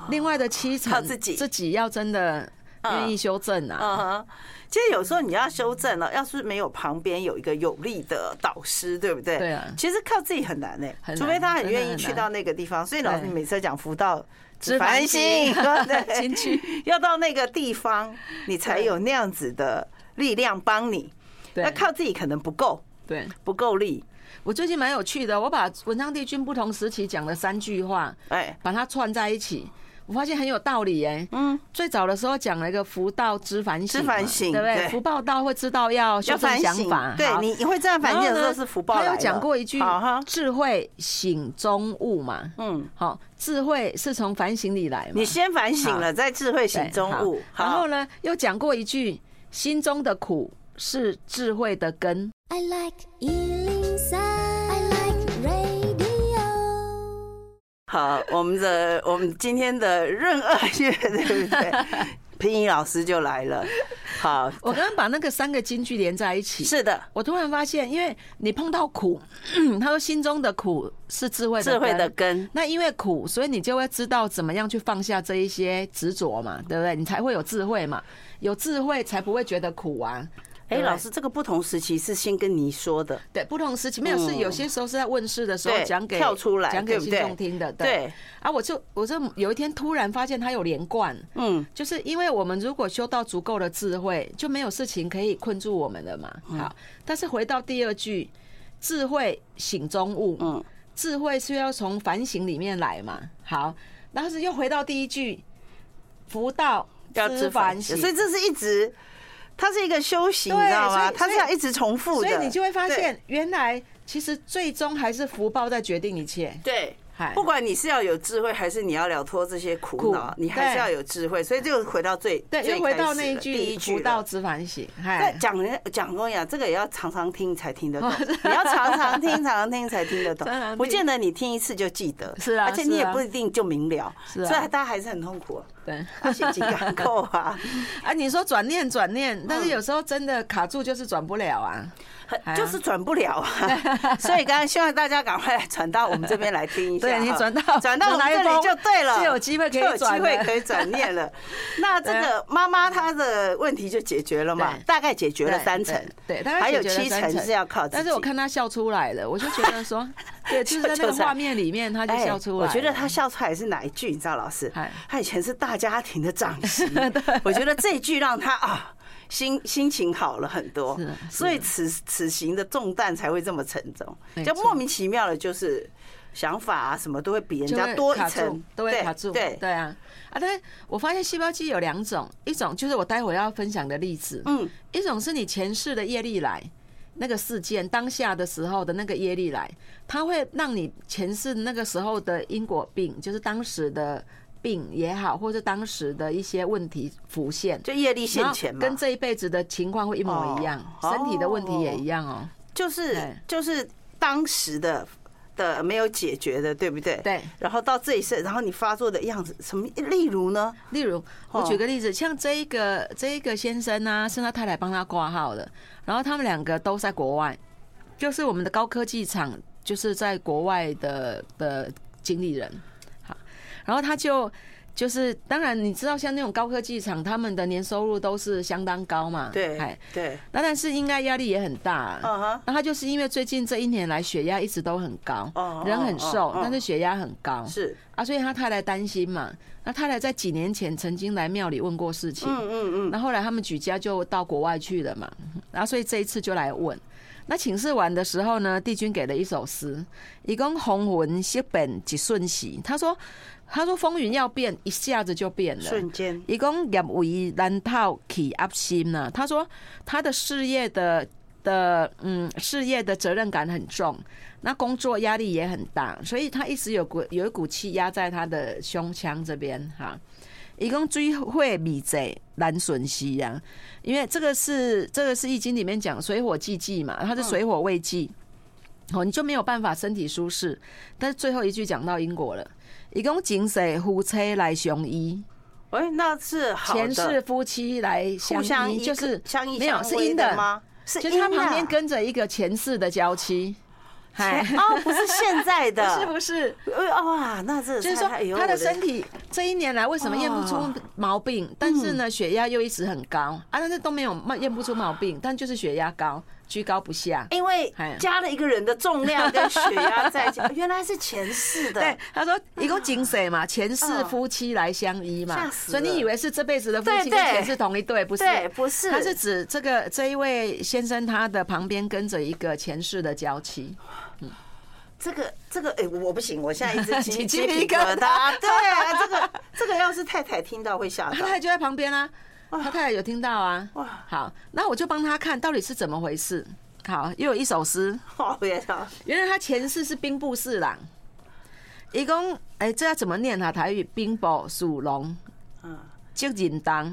Speaker 2: 另外的七
Speaker 1: 哦靠
Speaker 2: 成
Speaker 1: 自己
Speaker 2: 自己要真的愿意修正啊。
Speaker 1: 嗯哼，其实有时候你要修正了，要是没有旁边有一个有力的导师，对不对？
Speaker 2: 对啊
Speaker 1: 其实靠自己很难呢、
Speaker 2: 很难
Speaker 1: 除非他很愿
Speaker 2: 真的
Speaker 1: 意
Speaker 2: 很
Speaker 1: 去
Speaker 2: 难
Speaker 1: 到那个地方。所以老师
Speaker 2: 对
Speaker 1: 每次讲福到。
Speaker 2: 知凡
Speaker 1: [LAUGHS]
Speaker 2: 心
Speaker 1: 对，
Speaker 2: [LAUGHS] 进去
Speaker 1: 要到那个地方，你才有那样子的力量帮你。那
Speaker 2: 对
Speaker 1: 靠自己可能不够，
Speaker 2: 对，
Speaker 1: 不够力。
Speaker 2: 我最近蛮有趣的，我把文昌帝君不同时期讲的三句话，
Speaker 1: 哎，
Speaker 2: 把它串在一起，我发现很有道理哎、嗯，最早的时候讲了一个福到知反省
Speaker 1: 知
Speaker 2: 嘛，
Speaker 1: 反省
Speaker 2: 对不
Speaker 1: 对
Speaker 2: 对？福报到会知道要修
Speaker 1: 要
Speaker 2: 正
Speaker 1: 反
Speaker 2: 想
Speaker 1: 省
Speaker 2: 法，，
Speaker 1: 对
Speaker 2: 好
Speaker 1: 你你会这样反省的时候是福报
Speaker 2: 他
Speaker 1: 来了。
Speaker 2: 有讲过一句
Speaker 1: 好哈，
Speaker 2: 智慧醒中悟嘛，
Speaker 1: 嗯，
Speaker 2: 好，智慧是从反省里来嘛，
Speaker 1: 你先反省了，再智慧
Speaker 2: 对
Speaker 1: 醒中悟。
Speaker 2: 好然后呢，又讲过一句，心中的苦是智慧的根。
Speaker 3: I like Ealing Sound. I like radio.
Speaker 2: [LAUGHS]
Speaker 1: 好，我们的我们今天的闰二月，对不对？拼音老师就来了。好，
Speaker 2: 我刚刚把那个三个金句连在一起，
Speaker 1: 是的，
Speaker 2: 我突然发现，因为你碰到苦， [CLEARS THROAT] 他说心中的苦是智慧的
Speaker 1: 智慧的
Speaker 2: 根
Speaker 1: 根，
Speaker 2: 那因为苦，所以你就会知道怎么样去放下这一些执着嘛，对不对？你才会有智慧嘛，有智慧才不会觉得苦啊。
Speaker 1: 哎、
Speaker 2: 对不对
Speaker 1: 老师，这个不同时期是先跟你说的，
Speaker 2: 对不同时期没有是有些时候是在问世的时
Speaker 1: 嗯
Speaker 2: 候
Speaker 1: 对
Speaker 2: 讲给
Speaker 1: 跳出来
Speaker 2: 讲给
Speaker 1: 对不
Speaker 2: 听
Speaker 1: 对
Speaker 2: 众听的，
Speaker 1: 对，
Speaker 2: 啊，我就我就有一天突然发现它有连贯，
Speaker 1: 嗯，
Speaker 2: 就是因为我们如果修到足够的智慧，就没有事情可以困住我们了嘛。
Speaker 1: 嗯
Speaker 2: 好，但是回到第二句，智慧醒中悟，
Speaker 1: 嗯，
Speaker 2: 智慧是要从反省里面来嘛。好，但是又回到第一句，福道
Speaker 1: 要
Speaker 2: 知
Speaker 1: 知
Speaker 2: 反
Speaker 1: 反
Speaker 2: 省
Speaker 1: 省，，所以这是一直，它是一个修行，
Speaker 2: 对
Speaker 1: 你知道
Speaker 2: 所
Speaker 1: 吗？
Speaker 2: 以
Speaker 1: 它是
Speaker 2: 所以
Speaker 1: 要一直重复
Speaker 2: 所
Speaker 1: 的，
Speaker 2: 以你就会发
Speaker 1: 对
Speaker 2: 现，原来其实最终还是福报在决定一切。
Speaker 1: 对
Speaker 2: 嗨，
Speaker 1: 不管你是要有智慧，还是你要了脱这些苦恼
Speaker 2: 苦，
Speaker 1: 你还是
Speaker 2: 对
Speaker 1: 要有智慧。所以就回到最
Speaker 2: 对，
Speaker 1: 最
Speaker 2: 又回
Speaker 1: 开
Speaker 2: 到
Speaker 1: 始
Speaker 2: 那一
Speaker 1: 了
Speaker 2: 句
Speaker 1: 第一
Speaker 2: “
Speaker 1: 句
Speaker 2: 福道
Speaker 1: 了
Speaker 2: 知反省”。
Speaker 1: 在
Speaker 2: 嗨，
Speaker 1: 讲人讲公呀，这个也要常常听才听得懂，你要常常听，常常听才听得懂
Speaker 2: 哦啊常常听，
Speaker 1: 不见得你听一次就记得，
Speaker 2: 是啊
Speaker 1: 而且你也
Speaker 2: 是啊
Speaker 1: 不一定就明了，
Speaker 2: 是啊
Speaker 1: 所以大家还是很痛苦啊，
Speaker 2: 对。
Speaker 1: 啊心情
Speaker 2: [LAUGHS]
Speaker 1: 感够啊，
Speaker 2: 啊，你说转念转念，但
Speaker 1: 嗯
Speaker 2: 是有时候真的卡住就是转不了啊。哎呀
Speaker 1: 就是转不了
Speaker 2: [LAUGHS]
Speaker 1: 啊，所以刚刚希望大家赶快来转到我们这边来听一下哈，
Speaker 2: 对你转
Speaker 1: [LAUGHS]
Speaker 2: 到
Speaker 1: 转到我们
Speaker 2: 哪一
Speaker 1: 这
Speaker 2: 封 [LAUGHS]
Speaker 1: 里就对了，
Speaker 2: 就有机会可以
Speaker 1: 就有机
Speaker 2: 转
Speaker 1: 会
Speaker 2: 了
Speaker 1: 可以转念
Speaker 2: [LAUGHS]
Speaker 1: 了。那这个妈妈她的问题就解决了嘛
Speaker 2: 对，
Speaker 1: 大概解决了三成，
Speaker 2: 对，对大概
Speaker 1: 还有
Speaker 2: 解决了
Speaker 1: 七
Speaker 2: 三
Speaker 1: 成是要靠自己。
Speaker 2: 但是我看他笑出来了，我就觉
Speaker 1: [LAUGHS]
Speaker 2: 得说，对，就是在那个
Speaker 1: 就在
Speaker 2: 画面里面，他
Speaker 1: [LAUGHS]
Speaker 2: 就
Speaker 1: 哎
Speaker 2: 笑出来
Speaker 1: 我
Speaker 2: 了。
Speaker 1: 觉得他笑出来是哪一句？你知道，老师
Speaker 2: 哎，
Speaker 1: 他以前是大家庭的长
Speaker 2: [LAUGHS]
Speaker 1: 媳，我觉得这一句让他啊。心心情好了很多
Speaker 2: 是啊，是
Speaker 1: 所以此此行的重担才会这么沉重
Speaker 2: 没，
Speaker 1: 就
Speaker 2: 错
Speaker 1: 莫名其妙的，就是想法啊什么都会比人
Speaker 2: 就
Speaker 1: 家
Speaker 2: 会
Speaker 1: 多一
Speaker 2: 卡住
Speaker 1: 层，
Speaker 2: 都会卡住。
Speaker 1: 对，
Speaker 2: 对啊，啊，但是我发现细胞肌有两种，一种就是我待会要分享的例子，
Speaker 1: 嗯，
Speaker 2: 一种是你前世的业力来，那个事件当下的时候的那个业力来，它会让你前世那个时候的因果病，就是当时的病也好，或者当时的一些问题浮现。
Speaker 1: 就业力现前
Speaker 2: 然
Speaker 1: 嘛，
Speaker 2: 后跟这一辈子的情况会一模一样，
Speaker 1: 哦
Speaker 2: 身体的问题也一样哦。
Speaker 1: 就是
Speaker 2: 对
Speaker 1: 就是当时的的没有解决的，对不对？
Speaker 2: 对。
Speaker 1: 然后到这一世，然后你发作的样子，什么？例如呢？
Speaker 2: 例如，我举个例子，像这一个这一个先生啊，是他太太帮他挂号的，然后他们两个都在国外，就是我们的高科技厂，就是在国外的的经理人，好，然后他就就是，当然你知道，像那种高科技厂，他们的年收入都是相当高嘛，
Speaker 1: 对
Speaker 2: 哎，
Speaker 1: 对，
Speaker 2: 那但是应该压力也很大、
Speaker 1: 嗯哼。
Speaker 2: 那他就是因为最近这一年来血压一直都很高
Speaker 1: 哦，
Speaker 2: 人很瘦
Speaker 1: 哦哦，
Speaker 2: 但是血压很高，
Speaker 1: 是，
Speaker 2: 啊，所以他太太担心嘛。那太太在几年前曾经来庙里问过事情，
Speaker 1: 嗯嗯嗯，
Speaker 2: 那后来他们举家就到国外去了嘛，然后所以这一次就来问。那请示完的时候呢，帝君给了一首诗，一共红魂息本几瞬息。他说，他说风云要变，一下子就变了。
Speaker 1: 瞬间
Speaker 2: 伊讲业为难套起压心呐、他说他的事业的的嗯事业的责任感很重，那工作压力也很大，所以他一直有股有一股气压在他的胸腔这边哈。伊讲追会米贼难损息呀，因为这个是这个是易经里面讲水火既济嘛，它是水火未济，哦你就没有办法身体舒适。但是最后一句讲到因果了，伊讲井水夫妻来相依。
Speaker 1: 哎，那是好的
Speaker 2: 前世夫妻来
Speaker 1: 互
Speaker 2: 相
Speaker 1: 相
Speaker 2: 依，
Speaker 1: 依
Speaker 2: 就是
Speaker 1: 相依
Speaker 2: 没有
Speaker 1: 相
Speaker 2: 是
Speaker 1: 偎
Speaker 2: 阴
Speaker 1: 的？吗？是
Speaker 2: 就是他
Speaker 1: 阴的
Speaker 2: 旁边
Speaker 1: 啊
Speaker 2: 跟着一个前世的娇妻，嗨，
Speaker 1: [LAUGHS] 前 [LAUGHS] 哦，不是现在的，
Speaker 2: [LAUGHS] 是 [LAUGHS] 不是？
Speaker 1: 哎哇，那这
Speaker 2: 就是
Speaker 1: 太
Speaker 2: 说，他的身，
Speaker 1: 哎呦我
Speaker 2: 体这一年来为什么验不出
Speaker 1: 哦
Speaker 2: 毛病？但是呢，血压又一直很高啊，但是都没有验不出毛病，但就是血压高，居高不下。
Speaker 1: 因为
Speaker 2: 哎
Speaker 1: 加了一个人的重量跟血压在一
Speaker 2: [LAUGHS]
Speaker 1: 起，原来是前世的，
Speaker 2: 对，他说一共井水嘛，前世夫妻来相依嘛，
Speaker 1: 啊吓死
Speaker 2: 所以你
Speaker 1: 了
Speaker 2: 以为是这辈子的夫
Speaker 1: 对
Speaker 2: 妻跟
Speaker 1: 对
Speaker 2: 前世同一对，不是？
Speaker 1: 对，不是，
Speaker 2: 他是指这个这一位先生，他的旁边跟着一个前世的娇妻，
Speaker 1: 这个这个，哎、我不行，我现在
Speaker 2: [LAUGHS]
Speaker 1: 一直
Speaker 2: 起
Speaker 1: 鸡
Speaker 2: 鸡
Speaker 1: 鸡
Speaker 2: 皮
Speaker 1: 皮
Speaker 2: 疙瘩
Speaker 1: 疙瘩，对啊，这个这个要是太太听到会吓
Speaker 2: 他
Speaker 1: 到
Speaker 2: [LAUGHS] 太，太就在旁边啊，他太太有听到啊。
Speaker 1: 哇
Speaker 2: 好，那我就帮他看到底是怎么回事。好，又有一首诗，
Speaker 1: 好别吵，
Speaker 2: 原来他前世是兵部侍郎，一共哎，这要怎么念啊？台语兵部属龙，
Speaker 1: 嗯，
Speaker 2: 接紧当，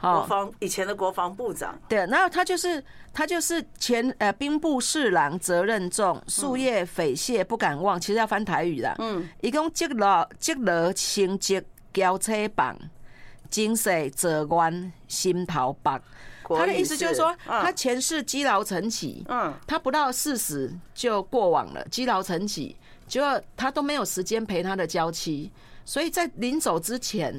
Speaker 1: 国
Speaker 2: 哦
Speaker 1: 防以前的国防部长，
Speaker 2: 对，然后他就是他就是前呃兵部侍郎责任重，夙夜匪懈不敢忘。其实要翻台语的，嗯，一共积劳积劳成绩交车榜，今世折弯心头白。
Speaker 1: 国
Speaker 2: 他的
Speaker 1: 语
Speaker 2: 意思就是
Speaker 1: 是
Speaker 2: 说，
Speaker 1: 嗯
Speaker 2: 他前世积劳成疾，
Speaker 1: 嗯，
Speaker 2: 他不到四十就过往了，积劳成疾，结果他都没有时间陪他的娇妻，所以在临走之前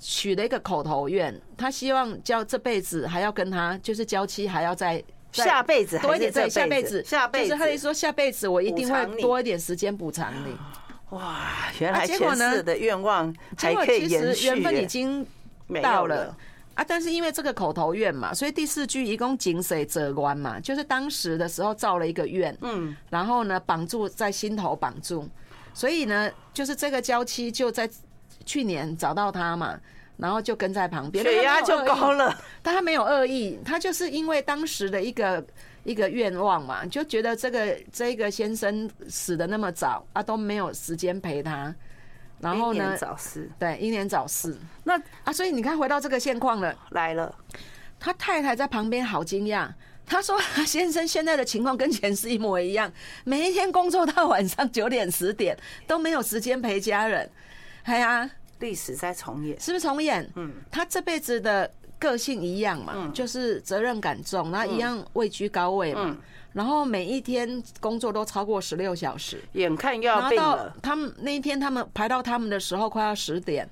Speaker 2: 许了一个口头愿，他希望叫这辈子还要跟他，就是娇妻还要再再
Speaker 1: 下辈子
Speaker 2: 多
Speaker 1: 还
Speaker 2: 一
Speaker 1: 是
Speaker 2: 点，
Speaker 1: 这
Speaker 2: 对，下
Speaker 1: 辈
Speaker 2: 辈子，
Speaker 1: 下辈
Speaker 2: 就
Speaker 1: 子
Speaker 2: 是他的意思说下辈子我一定
Speaker 1: 补偿你
Speaker 2: 会多一点时间补偿你。
Speaker 1: 哇，原
Speaker 2: 啊
Speaker 1: 来
Speaker 2: 结果
Speaker 1: 前
Speaker 2: 呢
Speaker 1: 世的愿望
Speaker 2: 结
Speaker 1: 还
Speaker 2: 果
Speaker 1: 可以
Speaker 2: 其
Speaker 1: 延
Speaker 2: 实
Speaker 1: 续耶，
Speaker 2: 缘分已经
Speaker 1: 没
Speaker 2: 到
Speaker 1: 有
Speaker 2: 了。啊，但是因为这个口头愿嘛，所以第四句一共井水折弯嘛，就是当时的时候造了一个愿，
Speaker 1: 嗯，
Speaker 2: 然后呢绑住在心头绑住，所以呢就是这个娇妻就在去年找到他嘛，然后就跟在旁边，
Speaker 1: 血压就
Speaker 2: 但他没有恶意
Speaker 1: 高了，
Speaker 2: 但他没有恶意，他就是因为当时的一个一个愿望嘛，就觉得这个这个先生死的那么早啊，都没有时间陪他， [LAUGHS] 然后
Speaker 1: 英
Speaker 2: 呢
Speaker 1: 年，早逝，
Speaker 2: 对，英年早逝
Speaker 1: 那
Speaker 2: 啊，所以你看回到这个现况了，
Speaker 1: 来了，
Speaker 2: 他太太在旁边好惊讶。他说：“先生现在的情况跟前世一模一样，每一天工作到晚上九点十点，都没有时间陪家人。哎呀，
Speaker 1: 历史在重演，
Speaker 2: 是不是重演？
Speaker 1: 嗯，
Speaker 2: 他这辈子的个性一样嘛，就是责任感重，然后一样位居高位嘛，
Speaker 1: 嗯
Speaker 2: 然后每一天工作都超过十六小时，
Speaker 1: 眼看又
Speaker 2: 然
Speaker 1: 要
Speaker 2: 后
Speaker 1: 病
Speaker 2: 到
Speaker 1: 了，
Speaker 2: 他们那一天他们排到他们的时候快要十点，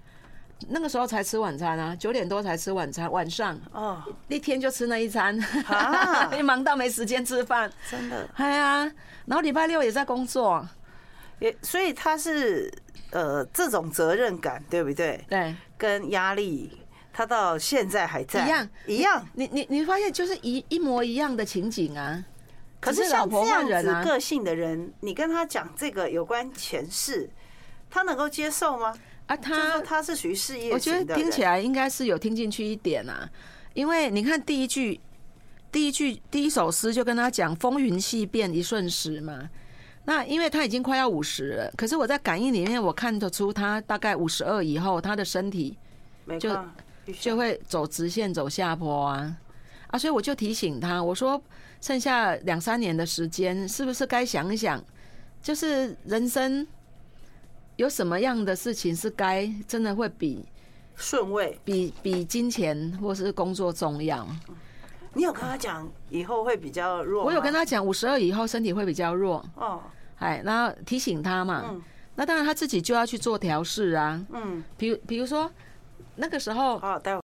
Speaker 2: 那个时候才吃晚餐啊，九点多才吃晚餐，晚上
Speaker 1: 哦，
Speaker 2: 一天就吃那一餐
Speaker 1: 啊，
Speaker 2: [LAUGHS] 一忙到没时间吃饭，
Speaker 1: 真的，
Speaker 2: 哎呀，然后礼拜六也在工作，
Speaker 1: 也所以他是呃这种责任感对不对？
Speaker 2: 对。
Speaker 1: 跟压力，他到现在还在
Speaker 2: 一样
Speaker 1: 一样。
Speaker 2: 你你你发现就是一一模一样的情景啊，
Speaker 1: 可
Speaker 2: 只
Speaker 1: 是
Speaker 2: 是
Speaker 1: 像
Speaker 2: 老
Speaker 1: 这
Speaker 2: 婆换
Speaker 1: 样
Speaker 2: 人啊
Speaker 1: 子个性的人，你跟他讲这个有关前世，他能够接受吗？
Speaker 2: 啊
Speaker 1: 就
Speaker 2: 他
Speaker 1: 说他是属于事业
Speaker 2: 我觉
Speaker 1: 型
Speaker 2: 得
Speaker 1: 的
Speaker 2: 听起
Speaker 1: 人
Speaker 2: 来应该是有听进去一点啊，因为你看第一句，第一句第一首诗就跟他讲“风云细变，一瞬时”嘛。那因为他已经快要五十了，可是我在感应里面我看得出他大概五十二以后，他的身体
Speaker 1: 没
Speaker 2: 就
Speaker 1: 错
Speaker 2: 就会走直线走下坡啊啊！所以我就提醒他，我说剩下两三年的时间，是不是该想一想，就是人生有什么样的事情是该真的会比
Speaker 1: 顺位。
Speaker 2: 比比金钱或是工作重要。
Speaker 1: 你有跟他讲以后会比较弱吗？
Speaker 2: 我有跟他讲，五十二以后身体会比较弱，
Speaker 1: 哦，
Speaker 2: 哎，然后提醒他嘛
Speaker 1: 嗯。
Speaker 2: 那当然他自己就要去做调试啊，
Speaker 1: 嗯，
Speaker 2: 比如比如说那个时候
Speaker 1: 好，待会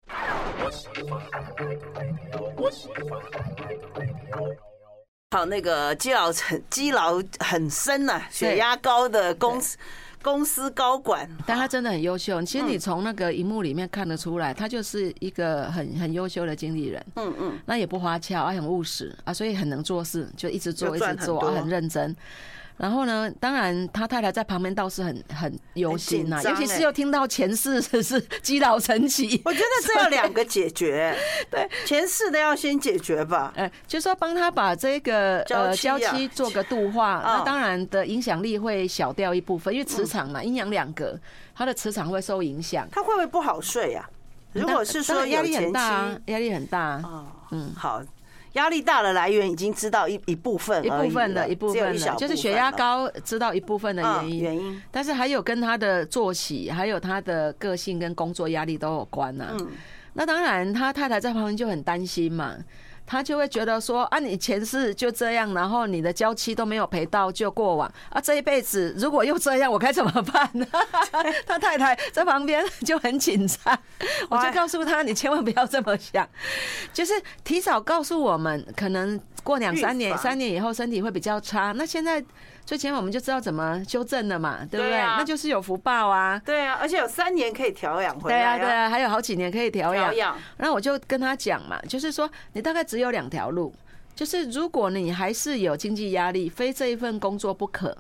Speaker 1: 好，那个积劳成积劳很深呐、血压高的公司公司高管，
Speaker 2: 但他真的很优秀。其实
Speaker 1: 嗯
Speaker 2: 你从那个荧幕里面看得出来，他就是一个很很优秀的经理人。
Speaker 1: 嗯嗯，
Speaker 2: 那也不花俏，啊，很务实啊，所以很能做事，就一直做，
Speaker 1: 就
Speaker 2: 一
Speaker 1: 赚
Speaker 2: 直
Speaker 1: 很
Speaker 2: 做，
Speaker 1: 多
Speaker 2: 啊很认真。然后呢，当然他太太在旁边倒是很很忧心呐、
Speaker 1: 很紧
Speaker 2: 尤
Speaker 1: 张
Speaker 2: 其是
Speaker 1: 欸
Speaker 2: 又听到前世是是积劳成
Speaker 1: [LAUGHS]
Speaker 2: 疾，
Speaker 1: 我觉得这有两个解决，
Speaker 2: [LAUGHS]
Speaker 1: 对，前世的要先解决吧，
Speaker 2: 哎，就说帮他把这个呃
Speaker 1: 娇
Speaker 2: 娇
Speaker 1: 妻啊
Speaker 2: 妻做个度化，
Speaker 1: 啊
Speaker 2: 那当然的影响力会小掉一部分，因为
Speaker 1: 嗯
Speaker 2: 磁场嘛，阴阳两隔，他的磁场会受影响。
Speaker 1: 他会不会不好睡呀、如果是
Speaker 2: 当
Speaker 1: 说
Speaker 2: 然压力
Speaker 1: 有前
Speaker 2: 很大啊
Speaker 1: 妻，
Speaker 2: 压力很大啊，
Speaker 1: 哦，
Speaker 2: 嗯
Speaker 1: 嗯，好，压力大的来源已经知道一一部分
Speaker 2: 一
Speaker 1: 呃而已
Speaker 2: 部分
Speaker 1: 了
Speaker 2: 的一部
Speaker 1: 只有
Speaker 2: 分
Speaker 1: 小
Speaker 2: 的，就是
Speaker 1: 部
Speaker 2: 血
Speaker 1: 分
Speaker 2: 压
Speaker 1: 了
Speaker 2: 高，知道一部分的原
Speaker 1: 嗯
Speaker 2: 因。
Speaker 1: 原因，
Speaker 2: 但是还有跟他的作息，还有他的个性跟工作压力都有关呐、
Speaker 1: 嗯，
Speaker 2: 那当然，他太太在旁边就很担心嘛，他就会觉得说啊，你前世就这样，然后你的娇妻都没有陪到就过往啊，这一辈子如果又这样，我该怎么办
Speaker 1: [LAUGHS]
Speaker 2: 呢？他太太在旁边就很紧张，我就告诉他，你千万不要这么想，就是提早告诉我们，可能过两三
Speaker 1: 预
Speaker 2: 年、
Speaker 1: 防
Speaker 2: 三年以后身体会比较差。那现在最起码我们就知道怎么修正了嘛，对不对？
Speaker 1: 对啊
Speaker 2: 那就是有福报啊。
Speaker 1: 对啊，而且有三年可以调养回
Speaker 2: 对
Speaker 1: 来、
Speaker 2: 啊，对啊，还有好几年可以调养
Speaker 1: 调。养，
Speaker 2: 那我就跟他讲嘛，就是说你大概只有两条路，就是如果你还是有经济压力，非这一份工作不可，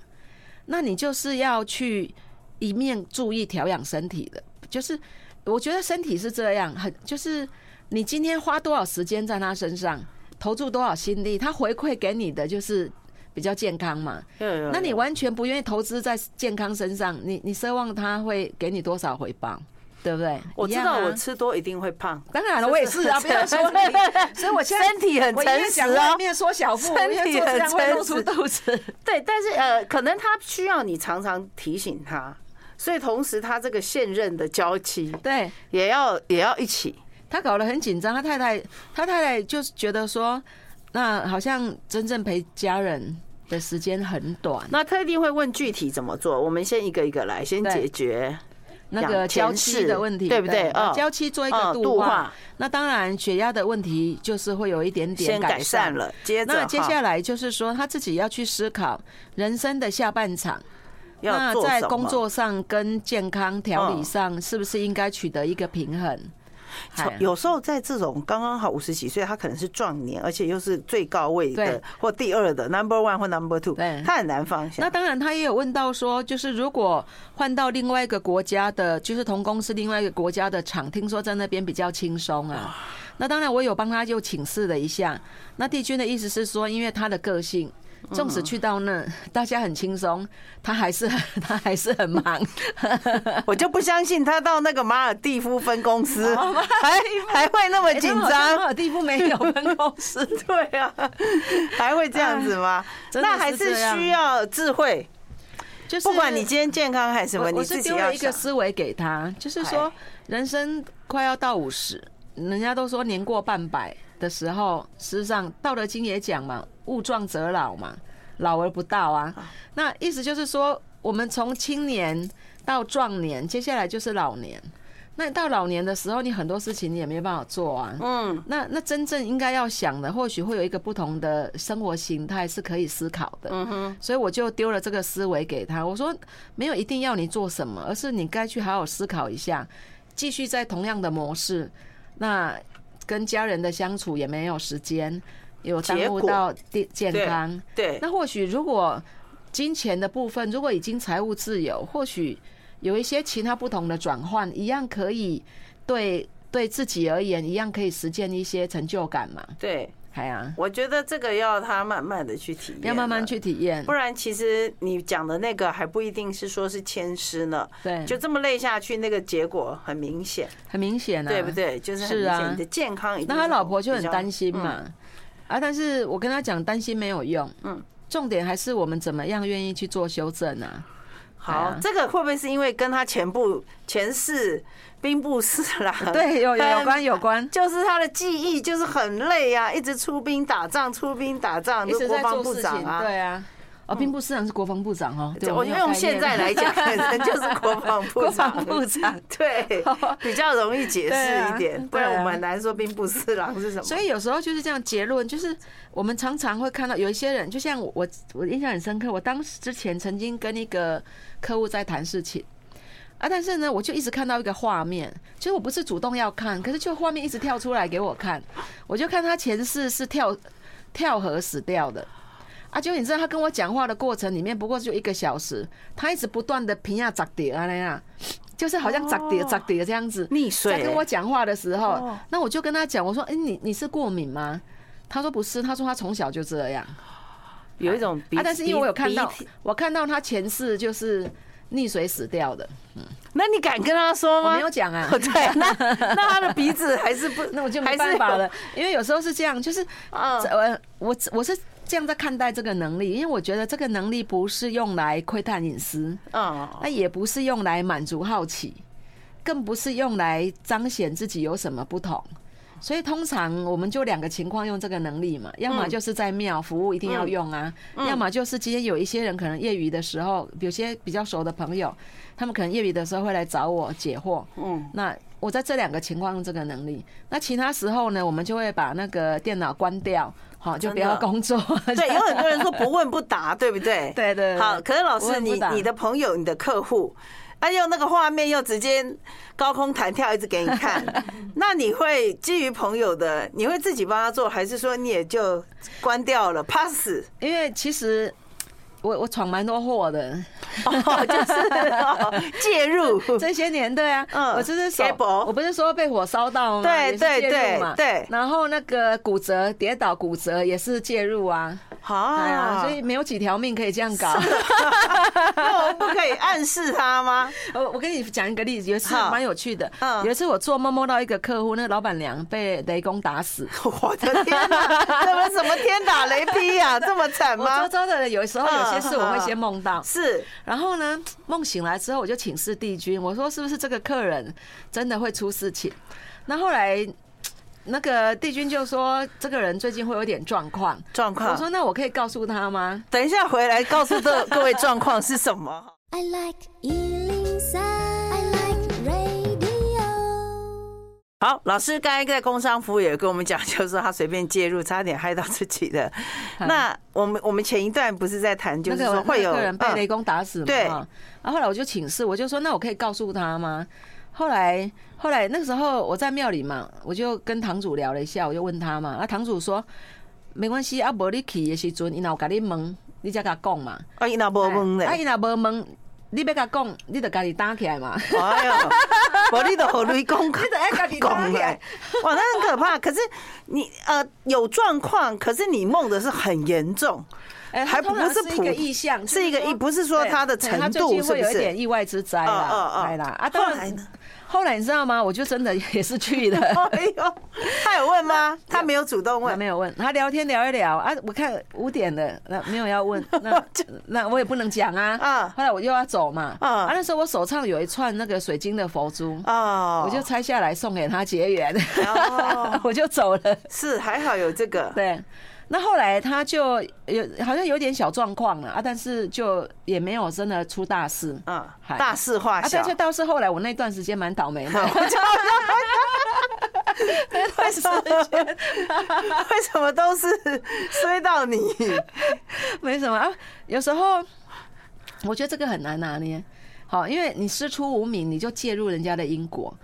Speaker 2: 那你就是要去一面注意调养身体的。就是我觉得身体是这样，很就是你今天花多少时间在他身上，投注多少心力，他回馈给你的就是比较健康嘛。
Speaker 1: 有有有
Speaker 2: 那你完全不愿意投资在健康身上，你你奢望他会给你多少回报，对不对？
Speaker 1: 我
Speaker 2: 一
Speaker 1: 知
Speaker 2: 样
Speaker 1: 道
Speaker 2: 啊
Speaker 1: 我吃多一定会胖，
Speaker 2: 当然了，我也是啊，不要说了。
Speaker 1: [LAUGHS]
Speaker 2: 所以我现在
Speaker 1: 身体很
Speaker 2: 我一
Speaker 1: 诚
Speaker 2: 面
Speaker 1: 实
Speaker 2: 讲外
Speaker 1: 哦。
Speaker 2: 面缩小腹，
Speaker 1: 身体
Speaker 2: 我一面做这样
Speaker 1: 很
Speaker 2: 会露
Speaker 1: 诚
Speaker 2: 出
Speaker 1: 实
Speaker 2: 肚子。
Speaker 1: 对，但是呃，可能他需要你常常提醒他，
Speaker 4: 所以同时他这个现任的娇妻
Speaker 2: 对
Speaker 4: 也要也要一起，
Speaker 2: 他搞得很紧张，他太太他太太就是觉得说，那好像真正陪家人的时间很短，
Speaker 4: 那特定会问具体怎么做，我们先一个一个来，先
Speaker 2: 对
Speaker 4: 解决
Speaker 2: 那
Speaker 4: 养
Speaker 2: 个娇
Speaker 4: 前
Speaker 2: 妻
Speaker 4: 世
Speaker 2: 的问题
Speaker 4: 对不对
Speaker 1: 哦
Speaker 2: 把
Speaker 4: 嗯
Speaker 2: 娇妻做一
Speaker 1: 啊
Speaker 4: 嗯
Speaker 2: 个
Speaker 4: 度
Speaker 2: 度
Speaker 4: 化
Speaker 2: 化，那当然血压的问题就是会有一点点
Speaker 1: 先改善了，接着
Speaker 2: 那接下
Speaker 1: 来
Speaker 2: 来就是说，他自己要去思考人生的下半场。
Speaker 1: 要
Speaker 2: 那
Speaker 1: 做
Speaker 2: 在
Speaker 1: 什么
Speaker 2: 工作上跟健康调理
Speaker 1: 嗯
Speaker 2: 上，是不是应该取得一个平衡？哎嗨
Speaker 1: 有时候在这种刚刚好五十几岁，他可能是壮年，而且又是最高位的
Speaker 2: 对
Speaker 1: 或第二的 number one 或 number two，
Speaker 2: 对
Speaker 1: 他很难放下。
Speaker 2: 那当然，他也有问到说，就是如果换到另外一个国家的，就是同公司另外一个国家的厂，听说在那边比较轻松啊。那当然，我有帮他就请示了一下。那帝君的意思是说，因为他的个性。
Speaker 1: 嗯
Speaker 2: 纵使去到那， [LAUGHS] 大家很轻松，他还是他还是很 [LAUGHS] 忙，
Speaker 1: 我就不相信他到那个马尔蒂夫分公司
Speaker 2: 哦
Speaker 1: [LAUGHS] 还还会那么紧
Speaker 2: 哎他们好像马
Speaker 1: 张，
Speaker 2: 尔地夫没有分公司，
Speaker 1: [LAUGHS] 对啊，还会这样子吗？
Speaker 2: 哎真的
Speaker 1: 那还
Speaker 2: 是这样
Speaker 1: 需要智慧，
Speaker 2: [LAUGHS] 就是
Speaker 1: 不管你今天健康还是什么，
Speaker 2: 我
Speaker 1: 你
Speaker 2: 我
Speaker 1: 自
Speaker 2: 是
Speaker 1: 己
Speaker 2: 丢
Speaker 1: 要
Speaker 2: 了一个
Speaker 1: 想。
Speaker 2: 思维给他，就是
Speaker 1: 哎
Speaker 2: 说人生快要到五十，人家都说年过半百的时候，事实上《道德经》也讲嘛，勿壮则老嘛，老而不到啊。那意思就是说，我们从青年到壮年，接下来就是老年。那你到老年的时候，你很多事情你也没办法做啊。
Speaker 1: 嗯，
Speaker 2: 那那真正应该要想的，或许会有一个不同的生活形态是可以思考的。嗯哼，所以我就丢了这个思维给他，我说没有一定要你做什么，而是你该去好好思考一下，继续在同样的模式，那跟家人的相处也没有时间，有耽
Speaker 1: 结
Speaker 2: 误
Speaker 1: 果
Speaker 2: 到健健康。
Speaker 1: 对，
Speaker 2: 那或许如果金钱的部分，如果已经财务自由，或许有一些其他不同的转换，一样可以对对自己而言，一样可以实践一些成就感嘛。
Speaker 1: 对，
Speaker 2: 哎呀、
Speaker 1: 我觉得这个要他慢慢的去体验，啊
Speaker 2: 要慢慢。去体验
Speaker 1: 不。然，其实你讲的那个还不一定是说是牵师呢，
Speaker 2: 对，
Speaker 1: 就这么累下去，那个结果很明显，
Speaker 2: 很明显啊，
Speaker 1: 对不？对？就是很
Speaker 2: 是
Speaker 1: 明
Speaker 2: 啊
Speaker 1: 显你的健康一定
Speaker 2: 那
Speaker 1: 是比较。
Speaker 2: 他老婆就很担心嘛，啊，但是我跟他讲，担心没有用，
Speaker 1: 嗯
Speaker 2: 嗯，重点还是我们怎么样愿意去做修正啊。
Speaker 1: 好
Speaker 2: 啊，
Speaker 1: 这个会不会是因为跟他前部前世兵部侍郎？
Speaker 2: [LAUGHS] 对，有有有
Speaker 1: 他
Speaker 2: 关有关，
Speaker 1: 就是他的记忆就是很累啊，一直出兵打仗，出兵打仗，
Speaker 2: 一
Speaker 1: 就
Speaker 2: 直
Speaker 1: 国
Speaker 2: 在
Speaker 1: 防
Speaker 2: 做
Speaker 1: 部
Speaker 2: 事
Speaker 1: 长
Speaker 2: 情，
Speaker 1: 啊。
Speaker 2: 对啊。哦，并不是长是国防部长哦，对，
Speaker 1: 我
Speaker 2: 没有
Speaker 1: 用
Speaker 2: 概
Speaker 1: 现
Speaker 2: 念
Speaker 1: 在来
Speaker 2: [LAUGHS]
Speaker 1: 讲，可能就是国防部
Speaker 2: 国
Speaker 1: [LAUGHS] 长。
Speaker 2: 防部长 [LAUGHS]
Speaker 1: 对，比较容易解释一点，
Speaker 2: 对啊
Speaker 1: 不然我
Speaker 2: 对啊
Speaker 1: 们很难说兵部侍郎是什么。
Speaker 2: 所以有时候就是这样结论，就是我们常常会看到有一些人，就像我，我我印象很深刻，我当时之前曾经跟一个客户在谈事情。啊！但是呢，我就一直看到一个画面，其实我不是主动要看，可是就画面一直跳出来给我看，我就看他前世是跳跳河死掉的。啊，就你知道他跟我讲话的过程里面，不过就一个小时，他一直不断的平下砸跌啊那样，就是好像砸跌砸跌这样子，
Speaker 1: 溺水
Speaker 2: 在跟我讲话的时候
Speaker 1: 哦，
Speaker 2: 那我就跟他讲，我说：“哎、你你是过敏吗？”他说：“不是。”他说：“他从小就这样。”
Speaker 1: 有一种鼻，
Speaker 2: 啊，但是因为我有看到
Speaker 1: 鼻涕，
Speaker 2: 我看到他前世就是溺水死掉的，
Speaker 1: 那你敢跟他说
Speaker 2: 我
Speaker 1: 吗？。
Speaker 2: 没有讲
Speaker 1: [LAUGHS]
Speaker 2: 啊
Speaker 1: 对，
Speaker 2: [LAUGHS]
Speaker 1: 那那他的鼻子还是不，
Speaker 2: 那我就
Speaker 1: 还
Speaker 2: 没
Speaker 1: 是
Speaker 2: 办法
Speaker 1: 有
Speaker 2: 了。，因为有时候是这样，就是
Speaker 1: 嗯
Speaker 2: 呃，我我是这样在看待这个能力，因为我觉得这个能力不是用来窥探隐私，
Speaker 1: 嗯，
Speaker 2: 那也不是用来满足好奇，更不是用来彰显自己有什么不同。所以通常我们就两个情况用这个能力嘛，要
Speaker 1: 嗯
Speaker 2: 么就是在庙服务一定要用啊，要么就是今天有一些人可能业余的时候，有些比较熟的朋友，他们可能业余的时候会来找我解惑。
Speaker 1: 嗯，
Speaker 2: 那我在这两个情况用这个能力，那其他时候呢，我们就会把那个电脑关掉，好，就不要
Speaker 1: 真的
Speaker 2: 工作。
Speaker 1: 对，有很多人说不问不答，对不对？
Speaker 2: [LAUGHS] 对对对
Speaker 1: 好，可是老
Speaker 2: 不
Speaker 1: 师，
Speaker 2: 问不
Speaker 1: 你
Speaker 2: 答
Speaker 1: 你的朋友、你的客户，哎呦，那个画面又直接高空弹跳，一直给你
Speaker 2: [LAUGHS]
Speaker 1: 看，那你会基于朋友的，你会自己帮他做，还是说你也就关掉了，pass？
Speaker 2: 因为其实我我闯蛮多祸的，
Speaker 1: [LAUGHS] 哦，
Speaker 2: [LAUGHS]
Speaker 1: 就是、哦、介入， [LAUGHS]
Speaker 2: 这些年，对啊，
Speaker 1: 嗯
Speaker 2: 我就是手
Speaker 1: 该，薄
Speaker 2: 我不是说被火烧到吗？
Speaker 1: 对
Speaker 2: 也是
Speaker 1: 对
Speaker 2: 介入嘛
Speaker 1: 对对
Speaker 2: 然后那个骨折、跌倒、骨折也是介入啊，
Speaker 1: 好，
Speaker 2: 哎呀，所以没有几条命可以这样搞。
Speaker 1: 啊 [LAUGHS] 那我不可以暗示他吗？
Speaker 2: [LAUGHS]
Speaker 1: [LAUGHS]
Speaker 2: 我我跟你讲一个例子，有一次
Speaker 1: 好
Speaker 2: 蛮有趣的。
Speaker 1: 嗯
Speaker 2: 有一次我做梦梦到一个客户，那个老板娘被雷公打死。
Speaker 1: 我的天哪，
Speaker 4: 怎么怎么天打雷劈
Speaker 1: [LAUGHS]
Speaker 4: 呀、这么惨
Speaker 2: 我周
Speaker 4: 吗？
Speaker 2: 遭的人有时
Speaker 1: 嗯
Speaker 2: 候有些事我会先梦到，
Speaker 1: 是
Speaker 2: 然后呢，梦醒来之后我就请示帝君，我说是不是这个客人真的会出事情？那后来那个帝君就说这个人最近会有点状况。
Speaker 1: 状况。
Speaker 2: 我说那我可以告诉他吗？
Speaker 1: 等一下回来告诉各 [LAUGHS] 各位状况是什么。
Speaker 3: I like Ealing Sound. I like radio.
Speaker 1: 好，老师刚才在工商服务也跟我们讲，就是说他随便介入，差点害到自己的。 [LAUGHS] 那我们我们前一段不是在谈，就是
Speaker 2: 那
Speaker 1: 说
Speaker 2: 个
Speaker 1: 会有
Speaker 2: 那个人被雷
Speaker 1: 嗯
Speaker 2: 公打死嘛？
Speaker 1: 对
Speaker 2: 哈然后后来我就请示，我就说那我可以告诉他吗？后来后来那个时候我在庙里嘛，我就跟堂主聊了一下，我就问他嘛，那啊堂主说没关系，啊，无你去的时阵，伊若有甲你问，你才甲讲嘛。
Speaker 1: 啊，伊那无问
Speaker 2: 哎啊，伊
Speaker 1: 嘞，
Speaker 2: 若无问，你要甲讲，你就家己打起
Speaker 1: [LAUGHS]
Speaker 2: 来嘛。
Speaker 1: 哎呦，我你都和雷公
Speaker 2: 你就要自己打
Speaker 1: 讲
Speaker 2: 起来
Speaker 1: 嘞， [LAUGHS] 哇，那很可怕。可是你呃有状况，可是你梦的是很严重，
Speaker 2: 哎，
Speaker 1: 还
Speaker 2: 通
Speaker 1: 不
Speaker 2: 常
Speaker 1: 是
Speaker 2: 是一
Speaker 1: 普
Speaker 2: 个意向，就是
Speaker 1: 一个
Speaker 2: 说
Speaker 1: 意不是说
Speaker 2: 对
Speaker 1: 它的
Speaker 2: 可能
Speaker 1: 程
Speaker 2: 最
Speaker 1: 度
Speaker 2: 近
Speaker 1: 是
Speaker 2: 会
Speaker 1: 不
Speaker 2: 有一
Speaker 1: 是
Speaker 2: 点意外之灾
Speaker 1: 哦哦
Speaker 2: 啦
Speaker 1: 哦，
Speaker 2: 灾啦啊！
Speaker 1: 后
Speaker 2: 当
Speaker 1: 来
Speaker 2: 然
Speaker 1: 呢，
Speaker 2: 后来你知道吗？我就真的也是去
Speaker 1: [LAUGHS]
Speaker 2: 的。
Speaker 1: 哎呦，他有问吗？他没有主动
Speaker 2: 他
Speaker 1: 问，
Speaker 2: 哦啊没有问，他聊天聊一聊啊，我看五点了，那没有要问，
Speaker 1: [LAUGHS]
Speaker 2: 那那我也不能讲啊。
Speaker 1: 啊
Speaker 2: 后来我就要走嘛。
Speaker 1: 啊
Speaker 2: 啊，那时候我手上有一串那个水晶的佛珠，
Speaker 1: 哦，
Speaker 2: 我就拆下来送给他结缘
Speaker 1: 哦，
Speaker 2: [LAUGHS] 我就走了。
Speaker 1: 是还好有这个，
Speaker 2: [LAUGHS] 对，那后来他就有好像有点小状况了啊，但是就也没有真的出大事。
Speaker 1: 嗯，
Speaker 2: 嗨
Speaker 1: 大事化
Speaker 2: 啊，
Speaker 1: 小
Speaker 2: 但，是倒是后来我那段时间蛮倒霉
Speaker 1: [LAUGHS]
Speaker 2: 的，
Speaker 1: 为什么 [LAUGHS] 为什么都是衰到
Speaker 2: [LAUGHS]
Speaker 1: 你？
Speaker 2: [LAUGHS] 没什么啊。有时候我觉得这个很难拿捏，好，因为你师出无名，你就介入人家的因果。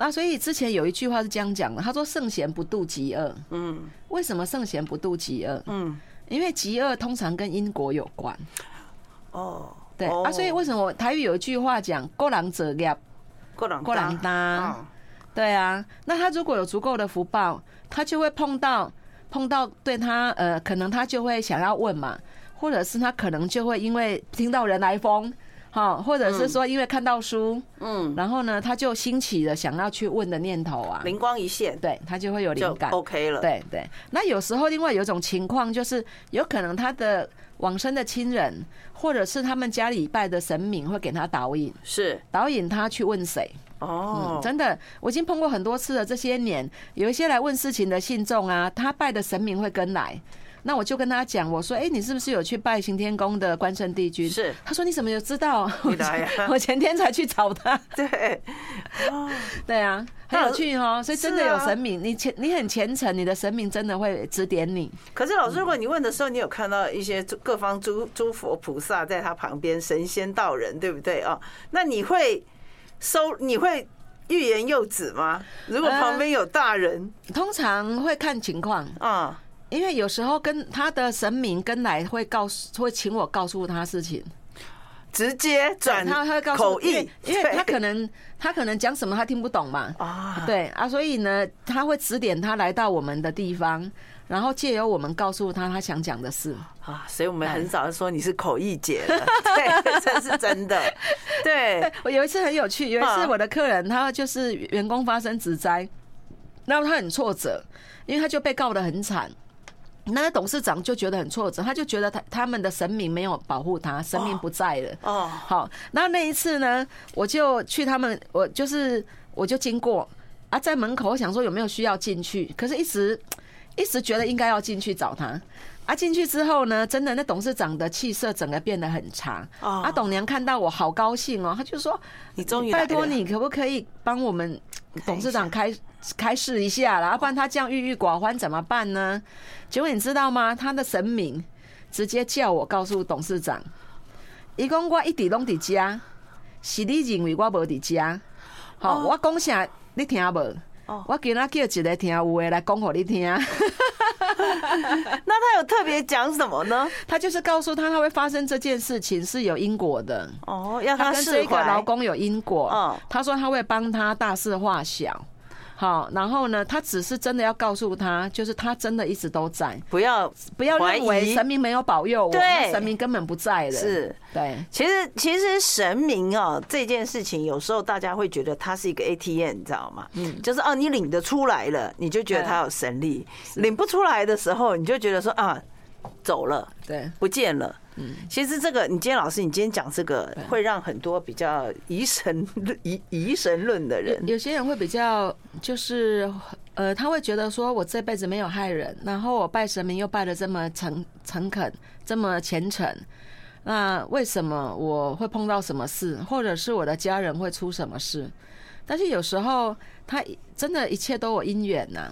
Speaker 2: 那所以之前有一句话是这样讲的，他说“圣贤不渡极恶”。
Speaker 1: 嗯
Speaker 2: 为什么圣贤不渡极恶？
Speaker 1: 嗯，
Speaker 2: 因为极恶通常跟因果有关。
Speaker 1: 哦，
Speaker 2: 对
Speaker 1: 哦
Speaker 2: 啊，所以为什么我台语有一句话讲“过狼者业
Speaker 1: 过两哦
Speaker 2: 过两嗯
Speaker 1: 单
Speaker 2: 单”？对啊，那他如果有足够的福报，他就会碰到碰到对他呃，可能他就会想要问嘛，或者是他可能就会因为听到人来疯，好，或者是说因为看到书，
Speaker 1: 嗯，
Speaker 2: 然后呢，他就兴起了想要去问的念头啊，
Speaker 1: 灵光一现
Speaker 2: 对他就会有
Speaker 1: 就
Speaker 2: 灵感。
Speaker 1: OK 了。，
Speaker 2: 对对，那有时候另外有一种情况就是，有可能他的往生的亲人，或者是他们家里拜的神明会给他导引，
Speaker 1: 是
Speaker 2: 导引他去问谁。嗯
Speaker 1: 哦，
Speaker 2: 真的，我已经碰过很多次了。这些年，有一些来问事情的信众啊，他拜的神明会跟来。那我就跟他讲，我说：“哎、你是不是有去拜行天宫的关圣帝君？”
Speaker 1: 是
Speaker 2: 他说：“你怎么有知道？”我
Speaker 1: 你来啊呀
Speaker 2: [LAUGHS] 我前天才去
Speaker 1: [LAUGHS]
Speaker 2: 找他。
Speaker 1: 对，哦
Speaker 2: 对啊，很有趣哦。所以真的
Speaker 1: 是
Speaker 2: 有
Speaker 1: 啊
Speaker 2: 神明，你虔你很虔诚，你的神明真的会指点你。
Speaker 1: 可是老师，如果你问的时候，你有看到一些诸各方诸诸佛菩萨在他旁边，神仙道人，对不对啊？那你会收？你会欲言又止吗？如果旁边有大人
Speaker 2: 通常会看情况，
Speaker 1: 啊，
Speaker 2: 因为有时候跟他的神明跟来会告诉，会请我告诉他事情。
Speaker 1: 直接转
Speaker 2: 他他会告诉
Speaker 1: 口
Speaker 2: 我，因为
Speaker 1: 译，
Speaker 2: 因为他
Speaker 1: 对
Speaker 2: 可能他可能讲什么他听不懂嘛，
Speaker 1: 啊，
Speaker 2: [LAUGHS] 对啊，所以呢，他会指点他来到我们的地方，然后借由我们告诉他他想讲的事。
Speaker 1: 啊，所以我们很少说你是口译姐
Speaker 2: [LAUGHS]
Speaker 1: 了，对，这是真的，对，
Speaker 2: 我有一次很有趣，有一次
Speaker 1: 啊
Speaker 2: 我的客人他就是员工发生职灾，然后他很挫折，因为他就被告得很惨。那个董事长就觉得很挫折，他就觉得他他们的神明没有保护他，神明不在了。
Speaker 1: 哦，
Speaker 2: 好，那那一次呢，我就去他们，我就是我就经过啊，在门口我想说有没有需要进去，可是一直一直觉得应该要进去找他。啊，进去之后呢，真的那董事长的气色整个变得很差。
Speaker 1: 哦
Speaker 2: 啊，董娘看到我好高兴哦，她就说
Speaker 1: 你终于来
Speaker 2: 拜
Speaker 1: 了
Speaker 2: 托你可不可以帮我们董事长开开示一下啦，要不然他这样郁郁寡欢怎么办呢？结果你知道吗？他的神明直接叫我告诉董事长，伊讲我一直拢伫家，是你认为我无伫家，好、我讲啥你听无？
Speaker 1: 哦
Speaker 2: 我今仔叫一个听有的来讲互你听， [LAUGHS]
Speaker 1: 那他有特别讲什么呢？
Speaker 2: 他就是告诉他他会发生这件事情是有因果的，
Speaker 1: 哦，要
Speaker 2: [LAUGHS] 他跟
Speaker 1: 释
Speaker 2: 这个
Speaker 1: 怀
Speaker 2: 老公有因果
Speaker 1: 嗯，
Speaker 2: 他说他会帮他大事化小。好，然后呢，他只是真的要告诉他，就是他真的一直都在，
Speaker 1: 不要
Speaker 2: 不要
Speaker 1: 怀
Speaker 2: 认为
Speaker 1: 疑
Speaker 2: 神明没有保佑我，
Speaker 1: 对
Speaker 2: 那神明根本不在了。，
Speaker 1: 是。
Speaker 2: 对，
Speaker 1: 其实，其实神明哦、这件事情，有时候大家会觉得它是一个 ATM，你知道吗？嗯，就是哦，你领得出来了，你就觉得它有神力；领不出来的时候，你就觉得说啊，走了，
Speaker 2: 对，
Speaker 1: 不见了。嗯，其实这个，你今天老师，你今天讲这个，会让很多比较疑神论疑疑神论的人，
Speaker 2: 有些人会比较就是呃，他会觉得说我这辈子没有害人，然后我拜神明又拜的这么诚诚恳，这么虔诚。那为什么我会碰到什么事，或者是我的家人会出什么事？但是有时候他一真的一切都有因缘呐、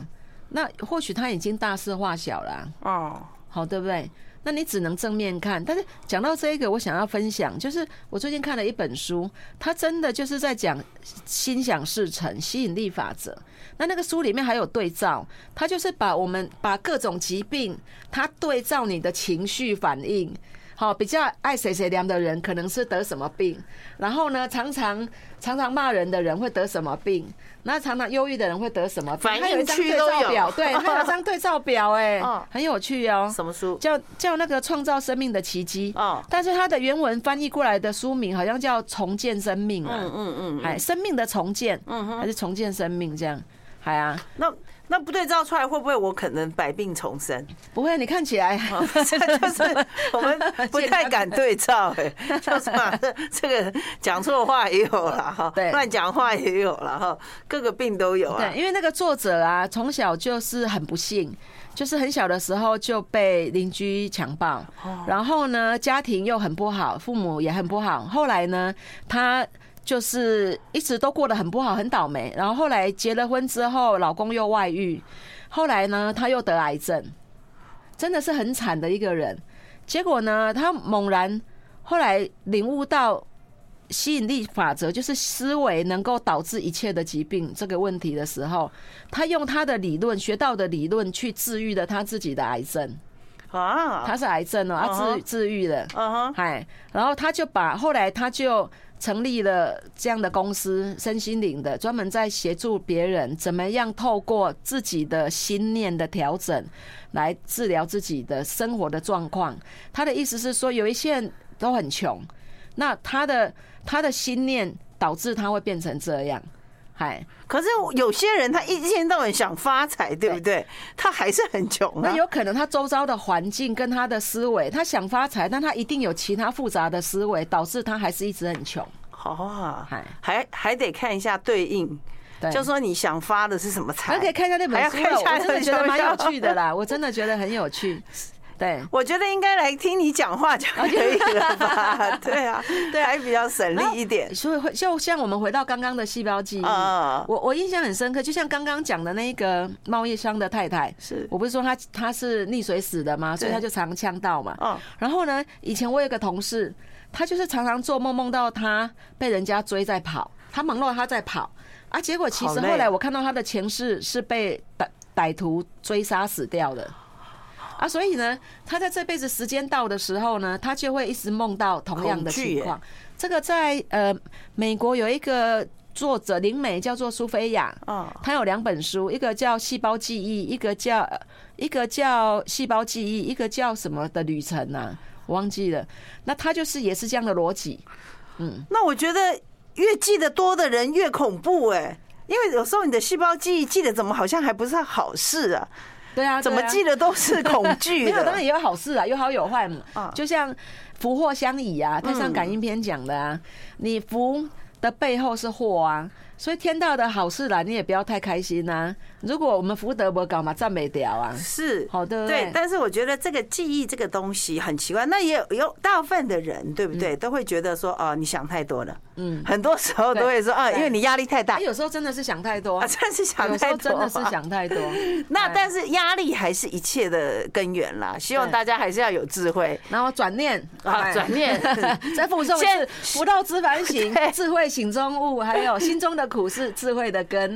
Speaker 2: 那或许他已经大事化小了啊、
Speaker 1: 哦，
Speaker 2: 好，对不对？那你只能正面看。但是讲到这个，我想要分享，就是我最近看了一本书，它真的就是在讲心想事成、吸引力法则。那那个书里面还有对照，它就是把我们把各种疾病，它对照你的情绪反应。好，比较爱谁谁凉的人可能是得什么病，然后呢，常常常常骂人的人会得什么病，那常常忧郁的人会得什么病？
Speaker 1: 反
Speaker 2: 它有一
Speaker 1: 应
Speaker 2: 张
Speaker 1: 区
Speaker 2: 对
Speaker 1: 都
Speaker 2: 照
Speaker 1: 有
Speaker 2: 表，对，它有一张对照表，哎
Speaker 1: 嗯，
Speaker 2: 很有趣哦。
Speaker 1: 什么书？
Speaker 2: 叫叫那个创造生命的奇迹
Speaker 1: 哦
Speaker 2: 但是它的原文翻译过来的书名好像叫重建生命啊，
Speaker 1: 嗯嗯嗯，
Speaker 2: 哎，生命的重建，还是重建生命这样，哎啊，
Speaker 1: 那那不对照出来，会不会我可能百病重生？
Speaker 2: 不会，你看起来 [LAUGHS]
Speaker 1: 这就是我们不太敢对照、哎，就是嘛，这这个讲错话也有了哈，
Speaker 2: 对
Speaker 1: 乱讲话也有了哈，各个病都有啊
Speaker 2: 对，。因为那个作者啊，从小就是很不幸，就是很小的时候就被邻居强暴，
Speaker 1: 哦
Speaker 2: 然后呢，家庭又很不好，父母也很不好。后来呢，他就是一直都过得很不好，很倒霉。然后后来结了婚之后，老公又外遇，后来呢，他又得癌症，真的是很惨的一个人。结果呢，他猛然后来领悟到吸引力法则，就是思维能够导致一切的疾病这个问题的时候，他用他的理论学到的理论去治愈了他自己的癌症，
Speaker 1: 啊，
Speaker 2: 他是癌症哦，
Speaker 1: 嗯
Speaker 2: 他
Speaker 1: 哼
Speaker 2: 治治愈了，
Speaker 1: 嗯哼，
Speaker 2: 哎，然后他就把后来他就成立了这样的公司，身心灵的，专门在协助别人怎么样透过自己的心念的调整来治疗自己的生活的状况。他的意思是说，有一些人都很穷，那他的他的心念导致他会变成这样，嗨。
Speaker 1: 可是有些人他一天到晚想发财，对不对？他还是很穷啊
Speaker 2: 那。有可能他周遭的环境跟他的思维，他想发财，但他一定有其他复杂的思维，导致他还是一直很穷。
Speaker 1: 好啊
Speaker 2: 嗨，
Speaker 1: 还还得看一下对应，
Speaker 2: 对，
Speaker 1: 就说你想发的是什么财
Speaker 2: 还。可以看一下那
Speaker 1: 还
Speaker 2: 本
Speaker 1: 要
Speaker 2: 书
Speaker 1: 看一
Speaker 2: 了，
Speaker 1: 下
Speaker 2: 我真的觉得蛮有趣的
Speaker 1: 那 [LAUGHS]
Speaker 2: 啦，我真的觉得很有趣。对，
Speaker 1: 我觉得应该来听你讲话就可
Speaker 2: 哦
Speaker 1: 以了
Speaker 2: [LAUGHS]
Speaker 1: 吧？对啊，对，还比较省力一点。
Speaker 2: 所以会就像我们回到刚刚的细胞记忆，
Speaker 1: 啊
Speaker 2: 我我印象很深刻，就像刚刚讲的那个贸易商的太太，
Speaker 1: 是
Speaker 2: 我不是说她她是溺水死的吗？所以
Speaker 1: 对
Speaker 2: 她就常呛到嘛。
Speaker 1: 哦，
Speaker 2: 然后呢，以前我有个同事，他就是常常做梦，梦到他被人家追在跑，他梦到他在跑啊，结果其
Speaker 1: 好
Speaker 2: 实
Speaker 1: 累
Speaker 2: 后来我看到他的前世是被歹歹徒追杀死掉的。啊，所以呢，他在这辈子时间到的时候呢，他就会一直梦到同样
Speaker 1: 恐
Speaker 2: 的
Speaker 1: 惧耶
Speaker 2: 情况。这个在呃美国有一个作者灵媒叫做苏菲亚，
Speaker 1: 哦，
Speaker 2: 他有两本书，一个叫《细胞记忆》，一个叫呃一个叫《细胞记忆》，一个叫什么的旅程啊，我忘记了。那他就是也是这样的逻辑，
Speaker 1: 那我觉得越记得多的人越恐怖哎、因为有时候你的细胞记忆记得怎么好像还不是好事啊，
Speaker 2: 对啊，
Speaker 1: 怎么
Speaker 2: 对啊
Speaker 1: 记得都是恐惧
Speaker 2: [LAUGHS] 没有，当然
Speaker 1: 的。
Speaker 2: 也有好事啊，有好有坏嘛。
Speaker 1: 哦
Speaker 2: 就像福祸相倚
Speaker 1: 嗯
Speaker 2: 啊，太上感应篇讲的啊，你福的背后是祸啊，所以天道的好事来，你也不要太开心啊。如果我们福德不搞嘛，赞美掉啊，
Speaker 1: 是
Speaker 2: 好对不
Speaker 1: 对
Speaker 2: 对，
Speaker 1: 但是我觉得这个记忆这个东西很奇怪，那也有有大部分的人对不对，都会觉得说哦，你想太多了，
Speaker 2: 嗯。
Speaker 1: 很多时候都会说啊，
Speaker 2: 对
Speaker 1: 因为你压力太大
Speaker 2: 啊，，有时候真的是想太多
Speaker 1: 啊，， [LAUGHS] 真是想
Speaker 2: 有时
Speaker 1: 太
Speaker 2: 候
Speaker 1: 多
Speaker 2: 真
Speaker 1: 啊，
Speaker 2: 的是想太多。
Speaker 1: [LAUGHS] 那
Speaker 2: 哎
Speaker 1: 但是压力还是一切的根源啦，希望
Speaker 2: 对
Speaker 1: 大家还是要有智慧。
Speaker 2: 然后转念
Speaker 1: 啊
Speaker 2: 哎
Speaker 1: 转念
Speaker 2: [LAUGHS] 再附送一
Speaker 1: 现
Speaker 2: 次“福到知凡行
Speaker 1: [LAUGHS] 对，
Speaker 2: 智慧醒中悟”，还有“心中的苦是智慧的根”。